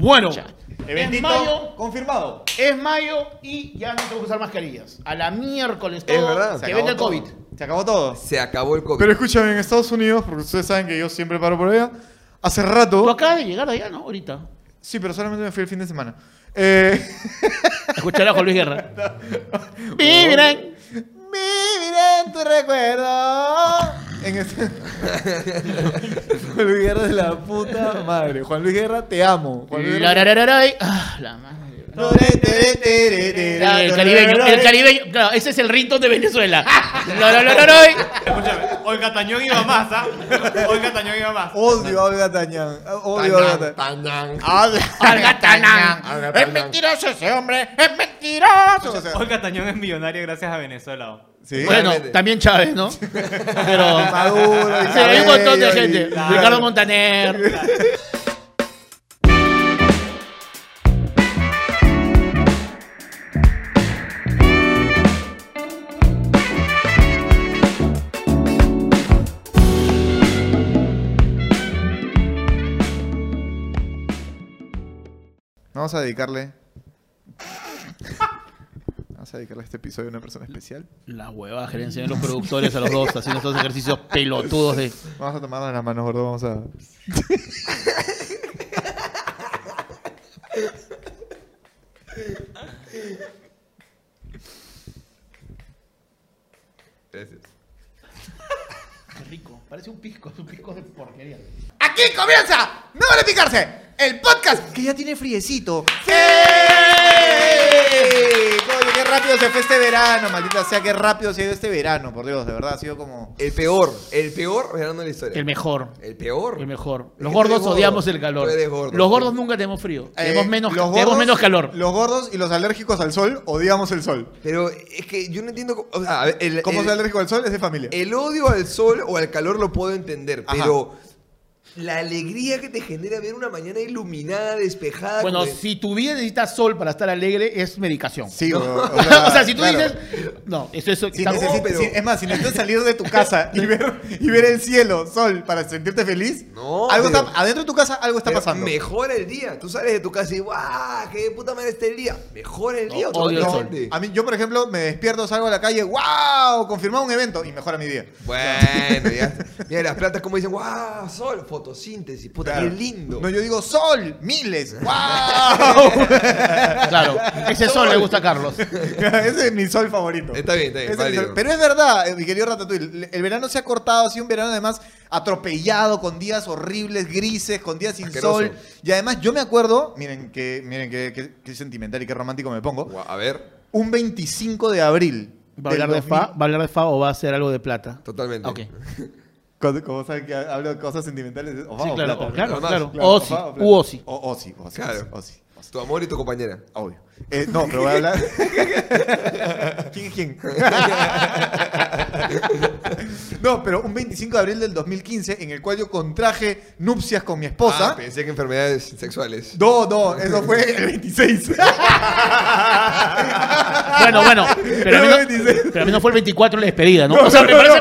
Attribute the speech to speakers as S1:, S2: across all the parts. S1: Bueno,
S2: Ya.
S1: es
S3: Eventito
S1: mayo,
S3: Eh, confirmado.
S1: es mayo y ya no tengo que usar mascarillas. A la miércoles todo,
S3: Es verdad, se
S1: que
S3: acabó
S1: venga el
S3: todo.
S1: COVID.
S3: Se acabó todo.
S2: Se acabó el COVID.
S4: Pero escúchame, en Estados Unidos, porque ustedes saben que yo siempre paro por allá, hace
S1: Tú
S4: rato...
S1: acabas de llegar allá, ¿no? Ahorita.
S4: Sí, pero solamente me fui el fin de semana. Eh,
S1: Escuchará a Juan Luis Guerra. Miren.
S3: Viviré en tu recuerdo.
S4: en este-
S3: Juan Luis Guerra de la puta madre. Juan Luis Guerra, te amo. Juan Luis
S1: La,
S3: Guerra.
S1: la, la, la, la, y- ah, la madre.
S3: Ah,
S1: El caribeño, el caribeño, claro, ese es el rito de Venezuela. La, la, la, la, la, y-
S5: Escúchame, Olga Tañón iba más, ¿ah? Olga Tañón iba más.
S3: Odio a Olga Tañán. Odio a Olga Tañán.
S1: Alga Tanán.
S2: Es mentira.
S3: O sea,
S5: Olga Tañón es millonaria gracias a Venezuela. oh.
S3: Sí.
S1: Bueno,
S2: Realmente.
S1: también Chávez, ¿no? Pero
S3: Maduro,
S1: Sí, hay un montón de
S3: Isabel,
S1: gente.
S3: y-
S1: Ricardo Montaner.
S4: Vamos a dedicarle... Vamos a dedicarle este episodio a una persona especial.
S1: La hueva gerencia de los productores a los dos haciendo esos ejercicios pelotudos de.
S4: Vamos a tomarnos las manos, gordo. Vamos a...
S2: Gracias.
S1: Qué rico. Parece un pisco, es un pisco de porquería.
S3: Aquí comienza. No vale picarse. El podcast que ya tiene friecito. ¡Sí! Coño, qué rápido se fue este verano, maldita sea, qué rápido se ha ido este verano, por Dios, de verdad, ha sido como.
S4: eh,
S2: El peor, el peor verano de la historia.
S1: El mejor.
S2: El peor.
S1: El mejor.
S2: Es
S1: Los
S2: que
S1: gordos
S2: tú eres gordo.
S1: odiamos el calor.
S2: Tú eres gordo.
S1: Los gordos nunca tenemos frío. Tenemos
S4: Eh,
S1: menos,
S4: los
S1: tenemos
S4: gordos-
S1: menos calor.
S4: Los gordos y los alérgicos al sol odiamos el sol.
S2: Pero es que yo no entiendo cómo. O
S3: Ah,
S2: sea, a ver, el,
S4: ¿Cómo
S2: el-
S4: ser alérgico al sol? Es de familia.
S3: Eh,
S2: el odio al sol o al calor lo puedo entender,
S4: Ajá.
S2: pero la alegría que te genera ver una mañana iluminada, despejada.
S1: Bueno,
S2: con el-
S1: si tu vida necesita sol para estar alegre, es medicación.
S4: Sí, o,
S1: O sea, si tú
S4: claro.
S1: dices. No, eso es.
S4: Si
S1: está-
S2: necesitas-
S4: necesitas-
S2: pero-
S4: si- es más, si necesitas salir de tu casa y ver, y ver el cielo, sol, para sentirte feliz,
S2: No,
S4: algo
S2: pero-
S4: está, adentro de tu casa algo está
S2: pero
S4: pasando.
S2: Mejora el día. Tú sales de tu casa y ¡guau! ¡Qué de puta madre está el día! Mejora el
S1: No,
S2: día
S1: odio el
S4: No,
S1: sol.
S2: automáticamente.
S4: a mí, yo, por ejemplo, me despierto, salgo a la calle, ¡wow! Confirmado un evento y mejora mi día.
S2: Bueno, ya. Mira, las plantas como dicen, ¡guau! Sol, fotosíntesis, puta,
S4: Claro.
S2: qué lindo.
S4: No, yo digo sol, miles, ¡wow!
S1: Claro, ese sol le gusta a Carlos.
S4: Ese es mi sol favorito.
S2: Está bien, está
S4: Ese
S2: bien,
S4: es mi
S2: válido.
S4: sol. Pero es verdad, eh, mi querido Ratatouille, le- el verano se ha cortado, ha sido un verano además atropellado, con días horribles, grises, con días sin
S2: Asqueroso.
S4: sol. Y además yo me acuerdo, miren que miren que, que- que sentimental y qué romántico me pongo,
S2: Guau, A ver,
S4: un 25 de abril.
S1: ¿Va a, hablar
S4: del
S1: de fa,
S4: 2000.
S1: ¿Va a hablar de fa o va a hacer algo de plata?
S2: totalmente.
S1: Ok.
S4: Cuando- Como saben que hablo de cosas sentimentales, o fa
S1: Sí,
S4: o
S1: claro,
S4: plata.
S1: o- claro,
S2: Además,
S1: claro.
S4: Claro, o
S1: Osi,
S4: fa o plata.
S1: u Osi.
S4: O- Osi, Osi,
S2: Claro.
S4: Osi, Osi,
S2: Tu amor y tu compañera.
S4: obvio. Eh, no, pero voy a hablar... ¿Quién es quién? No, pero un 25 de abril del 2015, en el cual yo contraje nupcias con mi esposa.
S2: Ah, pensé que enfermedades sexuales.
S4: no, no, eso fue el 26.
S1: Bueno, bueno, pero a, mí
S4: No
S1: no,
S4: me dice.
S1: pero a mí no fue el 24 la despedida, ¿no? o sea, me parece.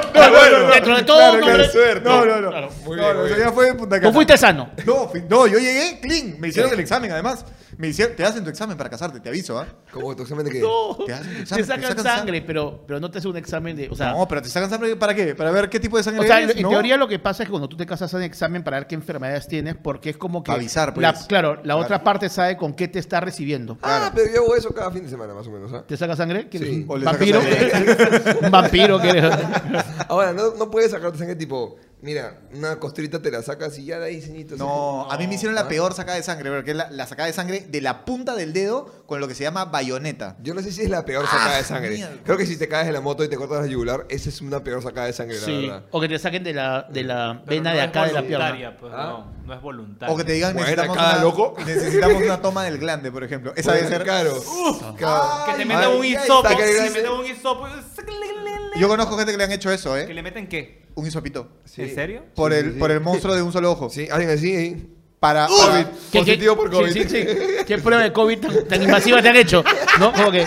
S1: dentro de todo,
S4: Claro,
S1: no,
S4: claro.
S1: pero-
S4: No, no, no.
S1: Claro.
S2: Muy
S4: No,
S2: bien,
S4: no,
S2: muy
S4: eso
S2: bien.
S4: ya fue en Punta Cana.
S1: Tú fuiste sano.
S4: No, fui- no, yo llegué clean. Me hicieron
S2: Claro.
S4: el examen, además. Me hicieron, te hacen tu examen para casarte, te aviso, ¿ah?
S2: Como tu examen de que.
S1: No,
S4: Te hacen
S1: te
S4: examen, te
S1: sacan
S4: sacan
S1: sangre, pero, pero no te hacen un examen de. O sea,
S4: no, pero te sacan sangre para qué? Para ver qué tipo de sangre
S1: o sea,
S4: eres,
S1: en
S4: ¿no?
S1: teoría lo que pasa es que cuando tú te casas hacen examen para ver qué enfermedades tienes, porque es como que.
S4: Para avisar, pues.
S1: la- claro, la otra
S4: Claro.
S1: parte sabe con qué te está recibiendo.
S2: Ah, pero yo hago eso cada fin de semana, más o menos. ¿ah?
S1: ¿Te saca sangre? ¿Que eres
S2: Sí.
S1: un
S4: O le saca
S1: vampiro? un vampiro que eres.
S2: Ahora, no, no puedes sacarte sangre tipo, mira, una costrita te la sacas y ya de ahí, ceñito.
S4: No, a mí me hicieron la
S2: ¿Ah?
S4: peor sacada de sangre, bro, que es la, la sacada de sangre de la punta del dedo con lo que se llama bayoneta.
S2: Yo no sé si es la peor sacada de sangre.
S4: Ah, mierda.
S2: Creo que si te caes de la moto y te cortas la yugular, esa es una peor sacada de sangre,
S1: Sí.
S2: la verdad.
S1: O que te saquen de la, de la
S5: Pero
S1: vena
S5: no
S1: de
S5: es
S1: acá de la pierna.
S5: voluntaria, pues,
S2: ¿Ah?
S5: no, no es voluntaria.
S4: O que te digan,
S2: Bueno,
S4: necesitamos,
S2: cada
S4: una,
S2: loco.
S4: necesitamos una toma del glande, por ejemplo. Esa debe ser. Ah.
S2: Claro. Claro.
S5: Que te metan
S2: Ay,
S5: un
S2: ay,
S5: hisopo.
S2: saca el
S5: Que
S2: gas.
S5: te metan un hisopo.
S4: Yo conozco gente que le han hecho eso,
S5: ¿Que
S4: ¿eh?
S5: le meten qué?
S4: Un hisopito.
S2: Sí.
S5: ¿En serio?
S4: Por,
S2: Sí,
S4: el,
S2: sí, sí.
S4: por el monstruo de un solo ojo.
S2: Sí, alguien así. ¿eh? ahí.
S4: Para.
S2: COVID.
S4: para-
S1: ¿Qué- qué-
S2: Positivo por COVID.
S1: Sí, sí, sí. ¿Qué prueba de COVID tan, tan invasiva te han hecho? ¿No? Como que.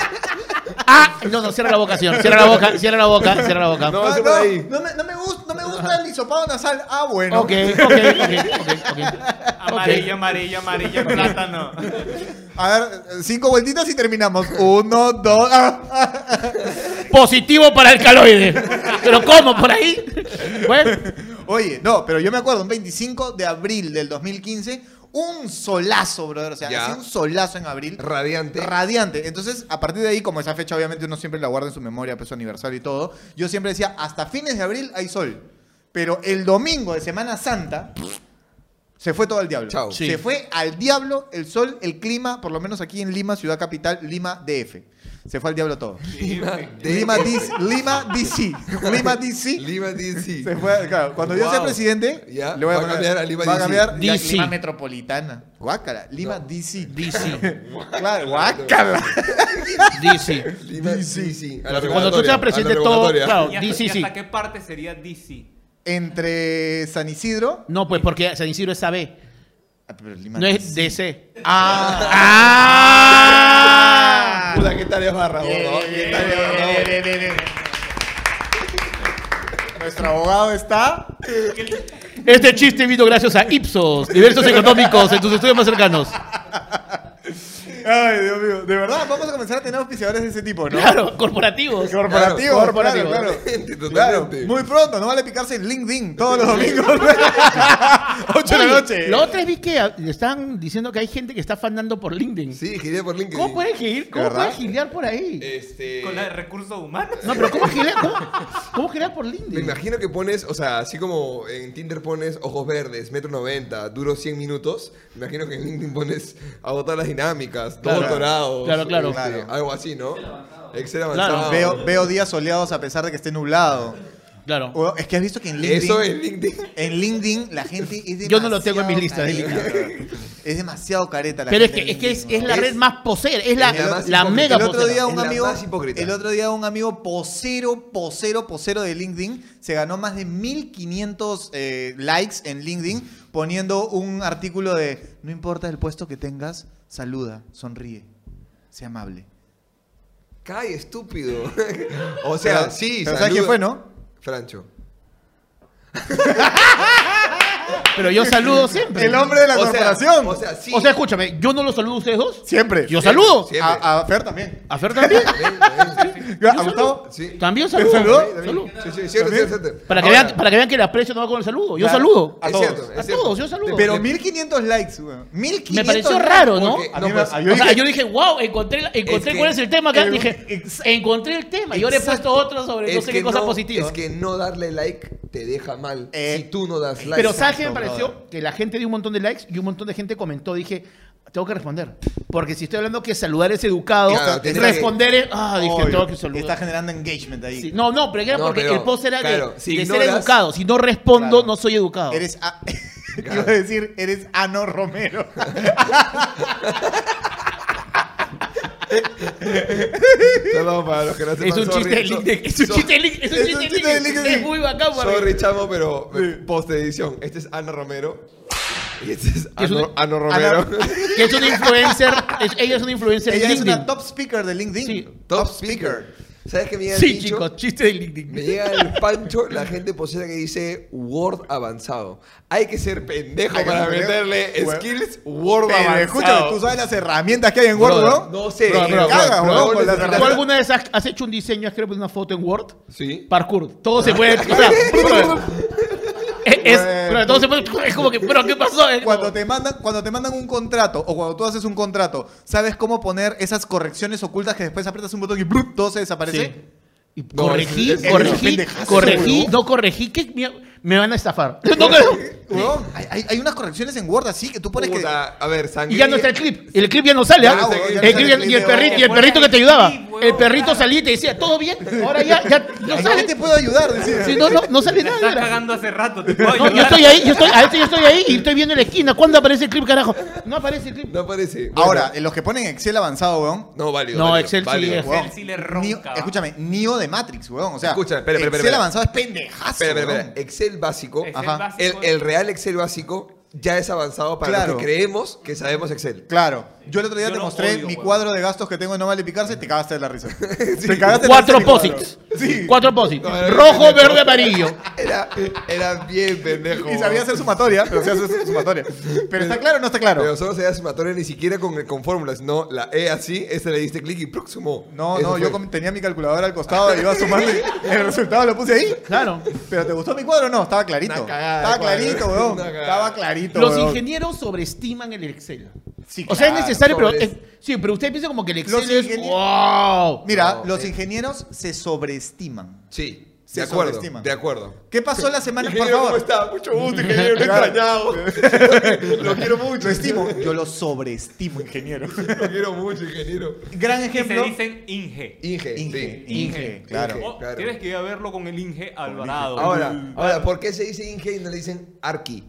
S1: Ah, no, no, cierra la boca, señor. Cierra la boca, cierra la boca, cierra la boca.
S2: No,
S4: Ah,
S2: eso
S4: no,
S2: por ahí.
S4: no me, no me gusta, no me gusta. gusta el hisopado nasal? Ah, bueno.
S1: Ok, ok, ok, ok, ok.
S5: Amarillo, amarillo, amarillo, plátano.
S4: A ver, cinco vueltitas y terminamos. Uno, dos. ah, ah.
S1: Positivo para el caloide. Pero ¿cómo? ¿Por ahí? Bueno,
S4: Oye, no, pero yo me acuerdo, un 25 de abril del 2015, un solazo, brother. O sea,
S2: Ya.
S4: hacía un solazo en abril.
S2: Radiante.
S4: Radiante. Entonces, a partir de ahí, como esa fecha obviamente uno siempre la guarda en su memoria, pues su aniversario y todo, yo siempre decía, hasta fines de abril hay sol. Pero el domingo de Semana Santa se fue todo al diablo.
S2: Chao.
S1: Sí.
S4: Se fue al diablo el sol, el clima, por lo menos aquí en Lima, ciudad capital, Lima DF. Se fue al diablo todo. Lima, DC, Lima DC. Lima DC.
S2: Lima DC.
S4: Se fue, claro, cuando yo sea
S2: Wow.
S4: presidente,
S2: Ya,
S4: le voy a
S2: va a
S4: poner-
S2: cambiar a Lima
S4: va a
S2: DC.
S4: cambiar la
S1: DC.
S4: Lima Metropolitana. Guácala, Lima DC.
S1: DC,
S4: Claro, guácala.
S1: DC.
S2: Lima DC. A la
S1: Cuando tú seas
S2: revocatoria,
S1: presidente,
S2: a la
S1: todo.
S2: revocatoria.
S1: Claro,
S5: ¿Y hasta,
S1: DC
S5: y
S1: sí.
S5: hasta qué parte sería DC?
S4: Entre San Isidro.
S1: No, pues porque San Isidro es AB,
S4: Ah, pero Lima
S1: no es
S4: DC.
S1: DC.
S4: Ah,
S1: ¡Ah!
S2: Puta, ¿qué tal es barra, gordo? ¿Qué tal es barra, gordo?
S4: nuestro abogado está.
S1: Este chiste vino gracias a Ipsos, diversos económicos en tus estudios más cercanos.
S4: Ay, Dios mío. De verdad, vamos a comenzar a tener auspiciadores de ese tipo, ¿no?
S1: Claro, corporativos.
S4: Corporativo,
S2: Claro,
S4: corporativo,
S2: corporativo,
S4: claro.
S2: totalmente,
S4: Claro,
S2: totalmente.
S4: muy pronto, no vale picarse en LinkedIn todos los domingos. 8 de
S1: Oye,
S4: la noche.
S1: La otra vez vi que ah, están diciendo que hay gente que está fanando por LinkedIn.
S2: Sí, giré por LinkedIn.
S1: ¿Cómo puedes gilear? ¿Cómo
S4: ¿Verdad?
S1: puedes gilear por ahí?
S2: Este.
S5: ¿Con la de recursos humanos?
S1: No, pero ¿cómo gilear? ¿Cómo, cómo gilear por
S2: Me
S1: LinkedIn?
S2: imagino que pones, o sea, así como en Tinder pones ojos verdes, metro 90, duro 100 minutos, me imagino que en LinkedIn pones agotar las dinámicas, dos
S1: Claro.
S2: doctorados,
S1: Claro, claro.
S2: este,
S4: Claro.
S2: algo así, ¿no? Excel
S1: Claro.
S2: avanzado.
S4: Veo, veo días soleados a pesar de que esté nublado.
S1: Claro.
S4: O- Es que has visto que en LinkedIn.
S2: Eso es LinkedIn.
S4: En LinkedIn la gente es demasiado.
S1: Yo no lo tengo en mi lista de
S4: careta, bro. Es demasiado careta la
S1: Pero es
S4: gente
S1: que,
S4: de
S1: es, que es,
S4: LinkedIn,
S1: es la
S4: bro.
S1: red más posera, es la,
S2: es la más
S1: la
S2: hipócrita.
S1: mega
S4: el otro
S1: posera.
S4: día
S2: Es
S4: un
S2: la
S4: amigo
S2: más hipócrita.
S4: el otro día un amigo posero posero posero de LinkedIn se ganó más de 1500 eh, likes en LinkedIn poniendo un artículo de no importa el puesto que tengas saluda sonríe sea amable
S2: Cae, estúpido. o sea,
S4: Pero-
S2: sí,
S4: pero
S2: saluda-
S4: sabes quién fue no
S2: Francho.
S1: Pero yo saludo siempre.
S4: el hombre de la
S2: o
S4: corporación
S2: Sea, o sea, sí.
S1: O sea, escúchame, yo no lo saludo a ustedes dos.
S4: siempre
S1: Yo saludo.
S2: Siempre.
S4: a, a Fer también
S1: A Fer también.
S2: Ven,
S4: a Gustavo
S2: ven, sí.
S1: También saludo.
S4: saludó?
S2: Sí,
S1: Saludo.
S2: también. Sí, sí, cierto, cierto, cierto.
S1: Para que,
S2: Ahora,
S1: vean, para que vean que el aprecio no va con el saludo. Yo
S4: Claro.
S1: saludo.
S4: A
S2: es
S4: todos.
S2: cierto, es
S1: A
S2: cierto.
S1: todos, yo saludo.
S4: pero 1500 likes weón. 1500
S1: me pareció
S4: likes. Ah,
S1: raro, ¿no?
S2: Porque-
S4: A
S2: no,
S4: mí me-
S2: pues,
S4: a-
S1: o sea, yo dije, wow, encontré, la- encontré
S2: Es que-
S1: cuál es el tema acá.
S4: el-
S1: dije,
S4: ex-
S1: encontré el tema. Yo le he puesto
S4: Exacto.
S1: otro sobre no
S2: es
S1: sé
S2: que
S1: qué cosa
S2: no-
S1: positiva.
S2: Es que no darle like te deja mal.
S4: Eh,
S2: si tú no das like.
S1: pero ¿sabes qué me
S4: Exacto,
S1: pareció?
S4: brother.
S1: Que la gente dio un montón de likes y un montón de gente comentó. Dije, tengo que responder. Porque si estoy hablando que saludar es educado,
S2: Claro, tienes
S1: responder es... Ah, dije,
S4: Obvio.
S1: tengo que saludar.
S4: está generando engagement ahí
S1: Sí, No, no, pero era
S2: No,
S1: porque
S2: pero,
S1: el post era de-
S2: claro,
S1: de,
S2: si
S1: ser
S2: ignoras-
S1: educado. Si no respondo,
S4: Claro.
S1: no soy educado.
S4: Eres a...
S2: Claro.
S4: Iba a decir, eres Ano Romero.
S2: Perdón, para los que no
S1: Es
S2: sepan,
S1: un
S2: sorry,
S1: chiste de
S2: so-
S1: LinkedIn. Es un
S2: so-
S1: chiste de LinkedIn. Es un chiste de LinkedIn. Es muy bacán, porque-
S2: Sorry, chamo, pero post edición. Este es Ana Romero. Y este es
S1: Es
S2: Ano
S1: un-
S2: Ano Romero.
S1: Que es una influencer. es- ella es una influencer
S4: Ella
S1: de
S4: es
S1: LinkedIn.
S4: una top speaker de LinkedIn.
S1: Sí.
S2: Top speaker. ¿Sabes qué me llega el
S1: Sí,
S2: pincho?
S1: chicos, chiste de LinkedIn.
S2: Me llega el pancho la gente posee que dice Word avanzado. Hay que ser pendejo
S4: Hay que
S2: para
S4: ser pendejo.
S2: meterle
S4: Bueno.
S2: skills Word
S4: Pero
S2: avanzado.
S4: escúchame, tú sabes las herramientas que hay en Word,
S2: Brother,
S4: ¿no?
S2: no sé.
S4: Bro,
S2: Me
S4: bro,
S2: caga,
S4: bro,
S2: bro,
S4: con las
S2: con las
S1: ¿Tú
S4: herramientas.
S1: alguna vez has, has hecho un diseño, has creado una foto en Word?
S2: Sí.
S1: Parkour. Todo
S4: Ah.
S1: se puede. o sea, es, es- pero todo se puede. Es como que, pero ¿qué pasó? Es como-
S4: Cuando te, mandan, cuando te mandan un contrato o cuando tú haces un contrato, ¿sabes cómo poner esas correcciones ocultas que después aprietas un botón y ¡brum! todo se desaparece?
S1: Sí. Y
S2: No,
S1: corregí,
S2: es- es-
S4: es-
S1: corregí,
S4: pendejazo,
S1: corregí,
S4: huevón.
S1: no corregí, que me, me van a estafar. No creo.
S4: Huevón, hay- hay, hay unas correcciones en Word así que tú pones que.
S2: Puta, a ver, sangre.
S1: Y ya no está el clip. El clip ya no sale. ¿ah?
S4: Ya no está el clip.
S1: El clip ya- y el perrito, y el perrito que te ayudaba. El perrito salía y te decía, ¿todo bien? Ahora ya, ya no
S4: "Ay, ¿Qué te
S1: sale.
S4: puedo ayudar? Decía.
S1: Sí, no, no, no sale
S5: La estás
S1: nada.
S5: cagando hace rato, te puedo
S1: No, yo
S5: ayudar.
S1: estoy ahí, yo estoy, a veces yo estoy ahí y estoy viendo en la esquina. ¿Cuándo aparece el clip, carajo? No aparece el clip.
S2: No aparece. Bueno,
S4: Ahora, los que ponen Excel avanzado, weón,
S2: No, válido.
S1: No,
S2: válido,
S1: Excel sí
S2: válido.
S1: es-
S5: Él sí le ronca,
S4: Neo-
S5: ¿va?
S4: escúchame, Neo de Matrix, weón. O sea,
S2: Escucha, espera, espera,
S4: Excel
S2: espera.
S4: avanzado es pendejazo.
S2: Espera, espera,
S4: weón.
S2: espera. Excel básico.
S5: Excel
S4: Ajá.
S5: básico.
S2: El, el real Excel básico ya es avanzado para
S4: Claro.
S2: los que creemos que sabemos Excel.
S4: Claro. Yo el otro día
S5: Yo
S4: te
S5: lo
S4: mostré
S5: odio,
S4: mi
S5: huevón.
S4: cuadro de gastos que tengo en No Vale Picarse y te cagaste de la risa. Te cagaste de la risa
S1: Cuatro
S4: de mi cuadro.
S1: posits.
S4: Sí.
S1: Cuatro posits.
S2: No, era
S1: Rojo,
S2: bien pendejo.
S1: verde, amarillo.
S2: Era, era bien pendejo.
S4: Y sabía hacer sumatoria, pero sabía hacer sumatoria. Pero está claro o no está claro.
S2: Pero solo se da sumatoria ni siquiera con, con fórmulas, no, la E así, esta le diste clic y próximo.
S4: No, no, yo com- tenía mi calculadora al costado y iba sumando y el resultado lo puse ahí.
S1: Claro.
S4: Pero ¿te gustó mi cuadro? No, estaba clarito.
S2: Una cagada de
S4: Estaba
S2: cuadro.
S4: clarito, weón.
S2: Una cagada.
S4: Estaba clarito.
S1: Los
S4: weón.
S1: ingenieros sobreestiman el Excel.
S4: Sí,
S1: O sea, es
S4: claro,
S1: necesario, pero.
S2: sobre-
S1: es- sí, pero usted piensa como que el
S4: Los
S1: Excel es.
S4: ingenie-
S1: ¡Wow!
S4: Mira,
S2: No,
S4: los
S2: eh.
S4: ingenieros se sobreestiman.
S2: Sí,
S4: Se
S2: de acuerdo,
S4: sobreestiman.
S2: de acuerdo.
S4: ¿Qué pasó la semana, por
S2: Ingeniero, ¿cómo
S4: favor?
S2: está? Mucho gusto, ingeniero, lo he
S4: Claro.
S2: extrañado. lo quiero mucho.
S4: Lo estimo. Yo lo sobreestimo, ingeniero.
S2: Lo quiero mucho, ingeniero.
S4: Gran
S5: Que se
S4: ejemplo.
S5: dicen Inge.
S2: Inge,
S4: Inge,
S2: sí.
S4: Inge, claro.
S5: Oh,
S2: claro.
S5: Tienes que ir a verlo con el Inge Alvarado.
S2: Ahora, ahora, ¿por qué se dice Inge y no le dicen Arqui?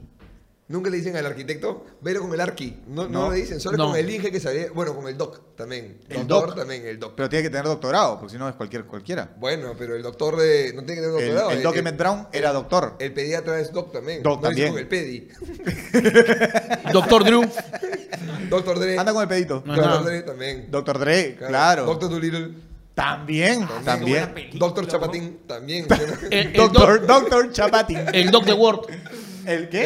S2: Nunca le dicen al arquitecto, velo con el Arqui. No, no,
S4: No.
S2: le dicen, solo
S1: No.
S2: con el Inge que sabía. Bueno, con el Doc también.
S4: El
S2: doctor
S4: doc.
S2: también, el Doc.
S4: Pero tiene que tener doctorado, porque si no es cualquier, cualquiera.
S2: Bueno, pero el doctor de. No tiene que tener
S4: El,
S2: doctorado. eh,
S4: el Doc Emmett Brown era doctor.
S2: el pediatra es Doc también.
S4: Doc
S2: no le dicen
S4: también.
S2: con el pedi.
S1: Doctor Drew. eh,
S2: Doctor Dre.
S4: Anda con el pedito.
S1: No.
S2: Doctor
S1: Ajá.
S2: Dre también.
S4: Doctor Dre, claro.
S2: Doctor Dolittle.
S4: También, también.
S5: Película,
S2: Doctor
S5: ¿no?
S2: Chapatín también.
S1: El, el
S4: Doctor,
S1: doc-
S4: Doctor Chapatin.
S1: el doc de Word.
S4: ¿El qué?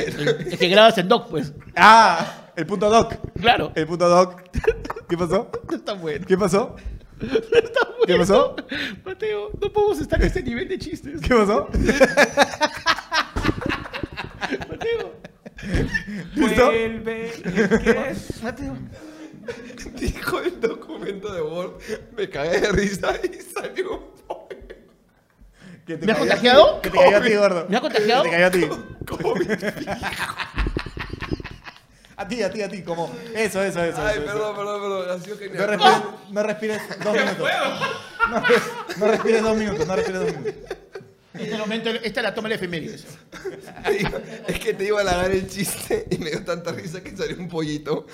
S1: Es que grabas el doc, pues.
S4: Ah, el punto doc.
S1: Claro.
S4: El punto doc. ¿Qué pasó?
S1: Está bueno.
S4: ¿Qué pasó?
S1: Está bueno.
S4: ¿Qué pasó?
S1: Mateo, no podemos estar a este nivel de chistes.
S4: ¿Qué pasó?
S1: Mateo.
S4: ¿Listo?
S5: Vuelve. ¿Qué
S1: Mateo.
S2: Dijo el documento de Word. Me cagué de risa y salió un poco.
S4: ¿Que te
S1: ¿Me has
S4: cayó-
S1: contagiado?
S4: Que te cayó a ti, gordo.
S1: ¿Me has contagiado?
S4: Que te cayó a ti. A ti, a ti, a ti, como. Eso, eso, eso.
S2: Ay,
S4: eso, eso.
S2: perdón, perdón, perdón. Ha sido
S4: No
S2: genial.
S4: respires, no respires dos minutos. No, res- no respires dos minutos, no respires dos minutos.
S1: En este momento, esta la toma el efemérides.
S2: Te iba- es que te iba a halagar el chiste y me dio tanta risa que salió un pollito.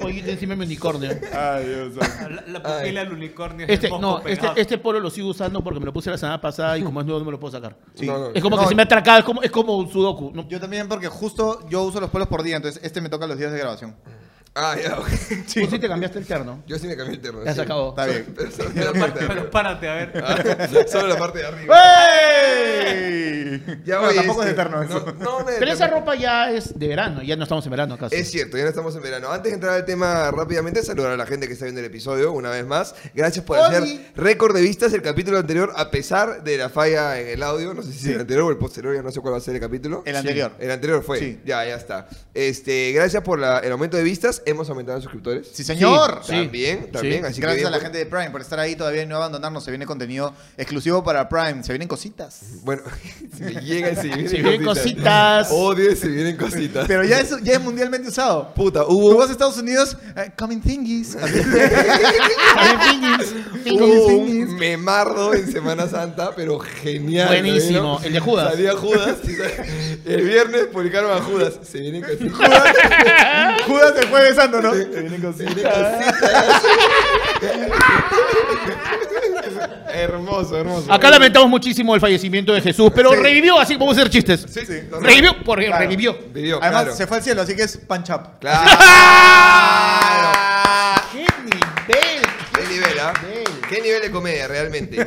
S1: Pollito encima de mi unicornio.
S4: Ay, Dios mío.
S5: es? La, la pupila del unicornio es
S1: Este,
S5: el
S1: no,
S5: mosco
S1: este,
S5: pegado.
S1: este polo lo sigo usando porque me lo puse la semana pasada y como es nuevo no me lo puedo sacar.
S4: Sí.
S2: No, no.
S1: Es como
S4: No,
S1: que se me ha atracado, es como, es como un sudoku. No,
S4: Yo también, porque justo yo uso los polos por día, entonces este me toca los días de grabación.
S2: Ah, ya, ok.
S1: Tú sí te cambiaste el terno.
S2: Yo sí me cambié el terno.
S1: Ya se
S2: sí.
S1: acabó.
S4: Está bien.
S2: Pero solo
S5: Pero,
S2: la parte de
S5: pa- pero
S2: arriba.
S5: párate, a ver.
S2: Ah, solo la parte de arriba.
S4: ¡Ey!
S2: Ya,
S4: No,
S2: oye,
S4: tampoco es
S2: este,
S4: eterno eso.
S2: No, no, no es
S1: Pero esa
S2: eterno.
S1: ropa ya es de verano, ya no estamos en verano casi.
S2: Es cierto, ya no estamos en verano. Antes de entrar al tema rápidamente, saludar a la gente que está viendo el episodio una vez más. Gracias por
S4: Oli.
S2: hacer récord de vistas el capítulo anterior, a pesar de la falla en el audio. No sé si es el anterior o el posterior, ya no sé cuál va a ser el capítulo.
S4: El anterior.
S2: El anterior fue.
S4: Sí.
S2: Ya, ya está. Este, gracias por la- el aumento de vistas. Hemos aumentado en suscriptores.
S4: Sí, señor.
S1: Sí.
S2: También, también.
S1: Sí.
S2: Así que
S4: Gracias
S2: bien
S4: a la
S2: por-
S4: gente de Prime por estar ahí todavía y no abandonarnos. Se viene contenido exclusivo para Prime. Se vienen cositas.
S2: Bueno, si me llegan, si vienen,
S1: Si vienen cositas.
S2: Odio si vienen cositas.
S4: Pero ya es, ya es mundialmente usado.
S2: Puta,
S4: Tú
S2: hubo,
S4: vas a Estados Unidos, eh, coming thingies.
S1: Ah,
S2: hubo
S4: Finis.
S2: Uh, un memardo en Semana Santa, pero genial.
S1: Buenísimo,
S2: ¿no?
S1: el de Judas.
S2: Salía Judas. y sal- El viernes publicaron a Judas. Se vienen cositas.
S4: Judas se fue besando, ¿no? Se vienen
S2: Se
S4: cositas.
S2: vienen cositas. hermoso, hermoso.
S1: Acá lamentamos muchísimo el fallecimiento de Jesús, pero
S2: Sí.
S1: revivió, así que vamos a hacer chistes.
S2: Sí, sí. no, no.
S1: Revivió, porque
S4: Claro.
S1: revivió.
S2: Vivió,
S4: Además,
S2: claro.
S4: se fue al cielo, así que es punch up.
S2: ¡Claro!
S1: ¡Qué nivel!
S2: ¿Qué nivel, ah? ¿Qué nivel de comedia realmente?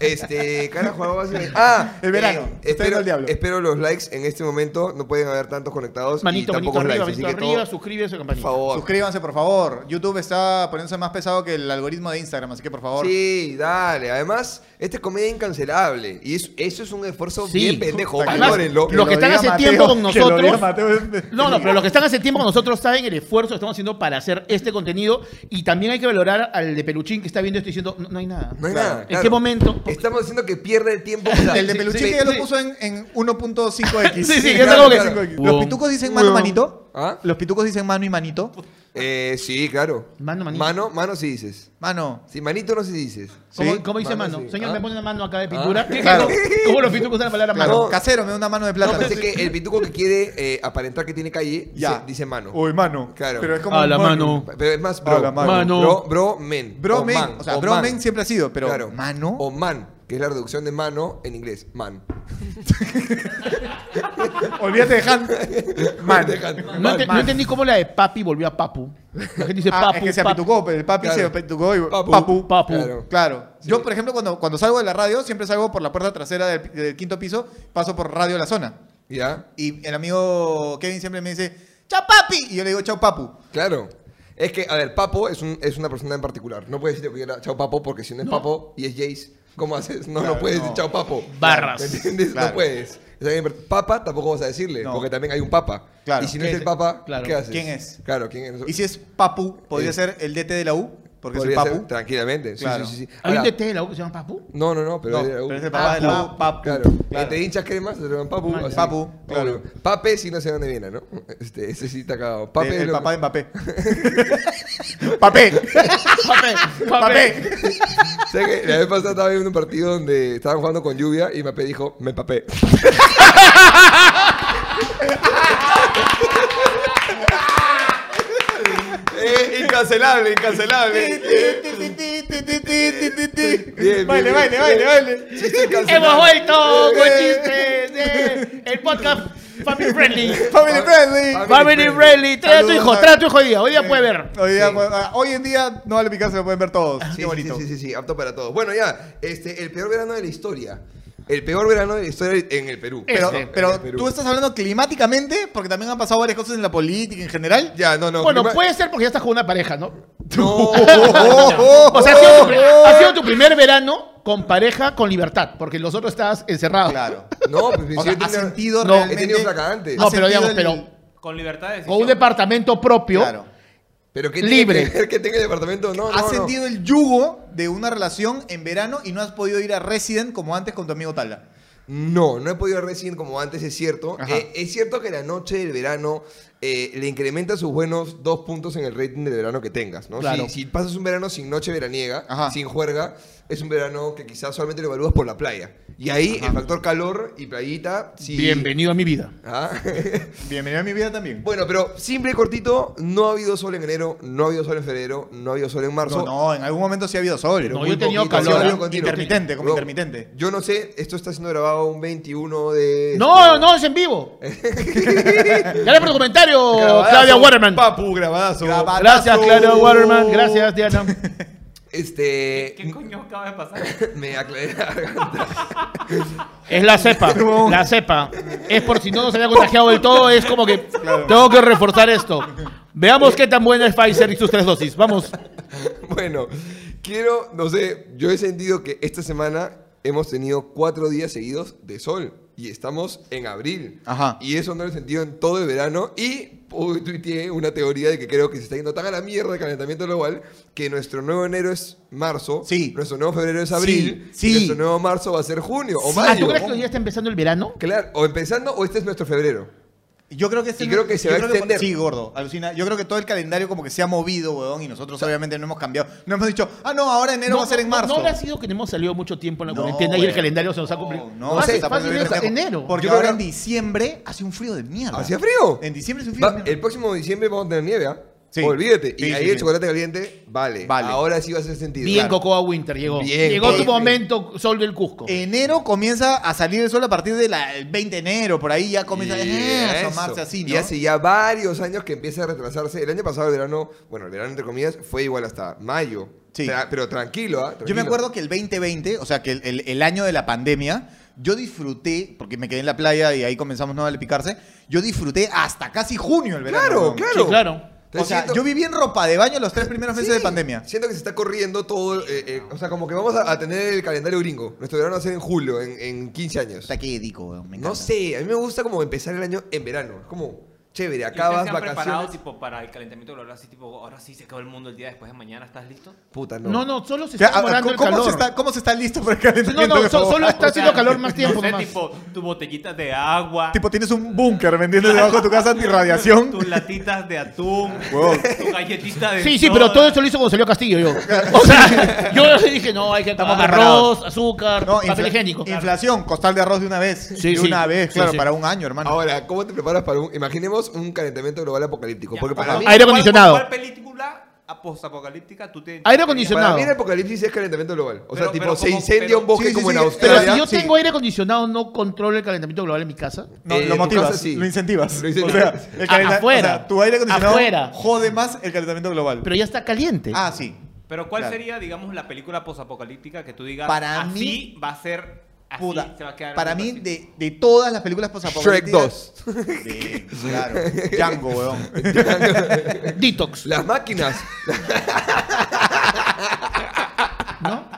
S2: Este, carajo, algo así. Ah,
S4: El verano. Está
S2: espero,
S4: yendo al diablo.
S2: espero los likes en este momento. No pueden haber tantos conectados.
S1: Manito,
S2: y
S1: manito
S2: tampoco
S1: arriba,
S2: likes.
S1: manito
S2: así que
S1: arriba,
S2: todo,
S1: suscríbete a
S2: por
S1: campanita.
S2: favor.
S4: Suscríbanse, por favor. YouTube está poniéndose más pesado que el algoritmo de Instagram, así que por favor.
S2: Sí, dale. Además, esta es comedia incancelable. Y es- eso es un esfuerzo
S1: Sí.
S2: bien pendejo.
S1: Además,
S2: Valórenlo.
S1: los que están
S4: diga
S1: hace
S4: Mateo,
S1: tiempo con
S4: que lo diga
S1: nosotros-
S4: Mateo.
S1: No, no, pero los que están hace tiempo con nosotros saben el esfuerzo que estamos haciendo para hacer este contenido y también hay que valorar al de Peluchín que está viendo esto y diciendo, no, no hay nada.
S2: No hay
S4: Claro.
S2: nada.
S1: ¿En
S2: claro.
S1: qué momento?
S2: Estamos diciendo que pierde el tiempo.
S4: El de Peluchín que ya lo
S1: sí.
S4: puso en, en 1.5x.
S1: Sí, sí,
S2: ya
S4: claro,
S2: como que-
S4: claro. ¿Los
S1: Huevón.
S4: pitucos dicen mano manito?
S2: ¿Ah?
S4: ¿Los pitucos dicen mano y manito?
S2: Eh, sí, claro.
S1: Mano, manito.
S2: Mano, mano sí dices.
S4: Mano.
S2: Sí, manito no sí dices.
S1: ¿Cómo,
S4: ¿Sí?
S1: cómo dice
S2: Mano,
S1: mano?
S2: sí.
S1: Señor,
S2: Ah.
S1: me pone una mano acá de pintura.
S2: Ah.
S1: ¿Qué
S4: Claro.
S1: cómo- ¿Cómo los pitucos usan la palabra mano?
S2: No.
S4: Casero, me da una mano de
S2: No,
S4: plátano.
S2: pensé que el pituco que quiere eh, aparentar que tiene calle
S4: Ya.
S2: dice, dice mano.
S4: Uy, mano.
S2: Claro.
S4: Pero es como
S1: A
S4: un
S1: Ah, la mano.
S2: Pero es más bro.
S4: Ah, la mano.
S1: Mano.
S2: Bro, bro, men.
S4: Bro, men. o sea, bro,
S2: man.
S4: men siempre ha sido, pero
S2: Claro.
S4: mano.
S2: O man, que es la reducción de mano en inglés. Man.
S3: Olvídate de Han. Man.
S2: Dejan.
S1: No, ente- no entendí cómo la de papi volvió a papu. La gente dice
S4: Ah,
S1: papu.
S4: es que se
S1: papu.
S4: apitucó, pero el papi
S2: Claro.
S4: se apitucó y
S2: Papu.
S4: papu.
S1: Papu.
S2: Claro.
S4: Claro. Yo, por ejemplo, cuando, cuando salgo de la radio, siempre salgo por la puerta trasera del, del quinto piso, paso por Radio La Zona.
S2: ¿Ya?
S4: Y el amigo Kevin siempre me dice, ¡Chao, papi! Y yo le digo, ¡Chao, papu!
S2: Claro. Es que, a ver, Papo es, un- es una persona en particular. No puedes decir que era Chao Papo porque si no es Papo y es Jace, ¿cómo haces? No, no puedes decir Chao Papo.
S1: Barras.
S2: ¿Me entiendes? No
S4: Claro.
S2: puedes. Es alguien per- papa tampoco vas a decirle
S4: No.
S2: porque también hay un Papa.
S4: Claro.
S2: Y si no es
S1: ¿Qué-
S2: el Papa,
S1: claro.
S2: ¿qué haces?
S4: ¿Quién es?
S2: Claro, ¿quién es?
S4: Y si es papu, podría
S2: Sí.
S4: ser el DT de la U, porque
S2: Podría
S4: es el
S2: ser
S4: papu.
S2: tranquilamente. Sí,
S4: Claro.
S2: sí, sí, sí.
S1: ¿Hay un
S2: Ahora-
S1: DT de la U que se llama papu?
S2: No, no, no, pero,
S4: No,
S2: es de-
S4: pero es el papá de la U. Papu.
S2: Claro.
S4: Claro.
S2: Eh, Te hinchas cremas, se llaman papu.
S1: Ah,
S2: así.
S4: papu,
S2: Obvio.
S4: claro.
S2: Pape si no sé dónde viene, ¿no? Este, ese sí está cagado. Pape
S4: El-
S2: es
S4: el
S2: lo-
S4: papá de Mbappé. ¡Papé!
S1: Pape,
S4: ¡Papé!
S2: Sé que la vez pasada estaba viendo un partido donde estaban jugando con lluvia y Mbappé dijo, me papé. Eh, incancelable, incancelable.
S4: Baile, baile,
S2: Bien, bien, bien.
S4: baile, baile.
S2: Sí, sí, incancelable.
S1: Hemos vuelto con chistes de el podcast Family Friendly.
S4: Family friendly.
S1: Family Friendly, trae a tu
S4: Saludos, Eh,
S1: hijo,
S4: a-
S1: trae a tu hijo hoy día, hoy día puede ver.
S4: Hoy, día,
S2: Sí.
S4: ah, hoy en día no vale picarse, lo pueden ver todos.
S2: Sí,
S4: Qué
S2: sí,
S4: bonito.
S2: Sí, sí, sí, sí, apto para todos. Bueno, ya, este, el peor verano de la historia. El peor verano de la historia en el Perú.
S4: Pero,
S1: Este,
S4: pero
S2: en el Perú.
S4: tú estás hablando climáticamente, porque también han pasado varias cosas en la política en general.
S2: Ya, no, no.
S1: Bueno,
S2: clima-
S1: puede ser porque ya estás con una pareja, ¿no?
S2: No.
S4: Oh,
S1: O sea, ha sido, tu, pri- ha sido tu primer verano con pareja, con libertad, porque los otros estabas encerrado.
S4: Claro.
S2: No, pues,
S4: O
S2: yo
S4: sea,
S2: he
S4: ha
S2: tenido-
S4: sentido
S1: No.
S4: realmente...
S2: He tenido flaca antes.
S1: No, pero
S4: ¿Has
S1: digamos,
S4: sentido
S1: pero
S5: Con libertad de decisión.
S1: con un departamento propio.
S4: Claro.
S2: Pero que
S1: Libre.
S2: Tiene que, ver que tenga el departamento, no, no,
S4: Has
S2: no.
S4: sentido el yugo de una relación en verano y no has podido ir a Resident como antes con tu amigo Tala.
S2: No, no he podido recién como antes, es cierto. Eh, es cierto que la noche del verano eh, le incrementa sus buenos dos puntos en el rating del verano que tengas, ¿no?
S1: Claro.
S2: Si, si pasas un verano sin noche veraniega,
S4: Ajá.
S2: sin juerga, es un verano que quizás solamente lo evalúas por la playa. Y ahí el factor calor y playita, sí.
S1: Bienvenido a mi vida.
S2: Ah.
S4: Bienvenido a mi vida también.
S2: bueno, pero simple y cortito, no ha habido sol en enero, no ha habido sol en febrero, no ha habido sol en marzo.
S4: No, no, en algún momento sí ha habido sol.
S1: No,
S4: Muy
S1: yo he tenido
S4: poquito,
S1: calor,
S4: ha sido
S1: ¿eh?
S2: Continuo.
S4: Intermitente, como
S2: Huevón,
S4: intermitente.
S2: Yo no sé, esto está siendo grabado un 21 de...
S1: No, no, es en vivo. Gracias por tu comentario,
S2: Grabadazo,
S1: Clagravazo, Claudia Waterman.
S2: Papu, grabadazo.
S4: Oh, Grabadazo.
S1: Gracias, Claudia
S4: Papazo.
S1: Waterman. Gracias, Diana.
S2: Este.
S5: ¿Qué coño acaba de pasar?
S2: Me aclaré la garganta.
S1: Es la cepa, la cepa. Es por si no nos había contagiado del todo, es como que tengo que reforzar esto. Veamos qué tan buena es Pfizer y sus tres dosis. Vamos.
S2: Bueno, quiero, no sé, yo he sentido que esta semana hemos tenido cuatro días seguidos de sol y estamos en abril.
S4: Ajá.
S2: Y eso no lo he sentido en todo el verano y hoy tuiteé una teoría de que creo que se está yendo tan a la mierda el calentamiento global que nuestro nuevo enero es marzo,
S4: Sí.
S2: nuestro nuevo febrero es abril,
S4: Sí, sí.
S2: y nuestro nuevo marzo va a ser junio o
S1: Ah,
S2: mayo.
S1: ¿tú crees que hoy día está empezando el verano?
S2: Claro, o empezando o este es nuestro febrero.
S4: Yo creo que este
S2: Y
S4: no-
S2: creo que se
S4: yo
S2: va a
S4: creo que-
S2: extender.
S4: sí, gordo, alucina. Yo creo que todo el calendario como que se ha movido, weón, y nosotros obviamente no hemos cambiado. No hemos dicho, ah, no, ahora enero va a ser en marzo.
S1: No, habrá sido que no hemos salido mucho tiempo en la
S4: No,
S1: cuarentena y el
S4: güey.
S1: calendario se nos ha cumplido.
S4: No,
S1: Fácil,
S2: sé,
S4: está
S1: fácil,
S4: poniendo
S1: es
S4: pendejo.
S1: enero.
S4: Porque
S2: Yo creo
S4: ahora en
S2: que-
S4: diciembre hace un frío de mierda.
S2: ¿Hacía frío?
S4: Ah, En diciembre hace un frío
S2: Va-
S4: de mierda.
S2: el próximo diciembre vamos a tener nieve, ¿ah?
S4: Sí.
S2: Olvídate. y
S4: Sí,
S2: ahí
S4: sí,
S2: el
S4: sí.
S2: chocolate caliente, vale.
S4: Vale.
S2: Ahora sí va a hacer sentido.
S1: Bien
S2: Claro.
S1: Cocoa Winter llegó.
S2: Bien,
S1: llegó tu
S2: bien.
S1: momento, sol del Cusco.
S4: Enero comienza a salir el sol a partir del 20 de enero, por ahí ya comienza
S2: Y
S4: eh, a
S2: eso.
S4: asomarse así, ¿no?
S2: Y hace ya varios años que empieza a retrasarse. El año pasado, el verano, bueno, el verano entre comillas, fue igual hasta mayo.
S4: Sí.
S2: Tra- pero tranquilo, ¿ah?
S4: Yo me
S2: Tranquilo.
S4: acuerdo que el 2020, o sea, que el, el- el año de la pandemia, yo disfruté, porque me quedé en la playa y ahí comenzamos no a vale picarse, yo disfruté hasta casi junio el verano.
S2: Claro,
S4: weón.
S2: claro.
S1: Sí, claro.
S4: O sea, yo viví en ropa de baño los tres primeros meses de pandemia.
S2: Siento que se está corriendo todo. eh, eh, o sea, como que vamos a, a tener el calendario gringo. Nuestro verano va a ser en julio, en, en 15 años.
S4: Está que edico, weón, me encanta.
S2: No sé, a mí me gusta como empezar el año en verano. Es como, chévere,
S5: ¿Y ustedes
S2: acabas
S5: se han preparado
S2: vacaciones.
S5: tipo, para el calentamiento global? Así tipo, ahora sí se acabó el mundo el día después de mañana, ¿estás listo?
S2: Puta,
S1: no, no, solo se
S4: O sea,
S1: está
S4: a- a-
S1: demorando el
S4: ¿cómo,
S1: calor.
S4: se está, ¿Cómo se está listo para el calentamiento?
S1: No, no, so-
S4: global?
S1: solo está
S5: O
S1: haciendo
S5: sea,
S1: calor más tiempo
S5: no sé,
S1: nomás.
S5: tipo, tu botellita de agua.
S4: Tipo, tienes un búnker, ¿me entiendes? Debajo de tu casa antirradiación.
S5: Tus latitas de atún.
S4: Huevón.
S5: Tu galletita de
S1: Sí, sí,
S5: soda.
S1: pero todo eso lo hizo cuando salió Castillo yo. O sea, yo dije, no, hay que
S4: Estamos
S1: arroz, azúcar,
S4: No,
S1: papel
S4: infla-
S1: higiénico.
S4: Inflación, costal de arroz de una vez.
S1: Sí,
S4: de
S1: sí.
S4: una vez,
S1: Sí,
S4: claro,
S1: sí.
S4: para un año, hermano.
S2: Ahora, ¿cómo te preparas para un... Imaginemos un calentamiento global apocalíptico.
S5: Ya,
S2: porque para
S5: ajá.
S2: mí...
S1: Aire acondicionado.
S5: ¿Cuál, cuál película postapocalíptica, tú te...
S1: Aire acondicionado.
S2: Para mí el apocalipsis es calentamiento global. O sea,
S5: Pero-
S2: tipo,
S5: pero
S2: se
S5: como-
S2: incendia
S5: pero-
S2: un bosque
S4: sí, sí,
S2: como en
S4: sí,
S1: Pero
S2: Australia.
S1: si yo
S4: Sí.
S1: tengo aire acondicionado, ¿no controlo el calentamiento global en mi casa?
S4: No,
S2: Eh, en
S4: lo
S2: tu
S4: motivas,
S2: casa sí.
S4: lo incentivas.
S2: Lo incentivas.
S4: O sea, el
S1: Ah,
S4: calenta-
S1: afuera.
S4: o sea, tu aire acondicionado
S1: Afuera.
S4: jode más el calentamiento global.
S1: Pero ya está caliente.
S4: ah, sí.
S5: Pero ¿cuál
S4: Claro.
S5: sería, digamos, la película postapocalíptica que tú digas,
S4: Para
S5: así
S4: mí-
S5: va a ser, así
S4: Puta.
S5: se va a quedar?
S4: Para
S5: así.
S4: mí, de, de todas las películas
S2: Shrek
S4: posapocalípticas.
S2: 2.
S4: Sí, claro. Django, weón.
S1: Detox.
S2: Las máquinas.
S1: ¿No?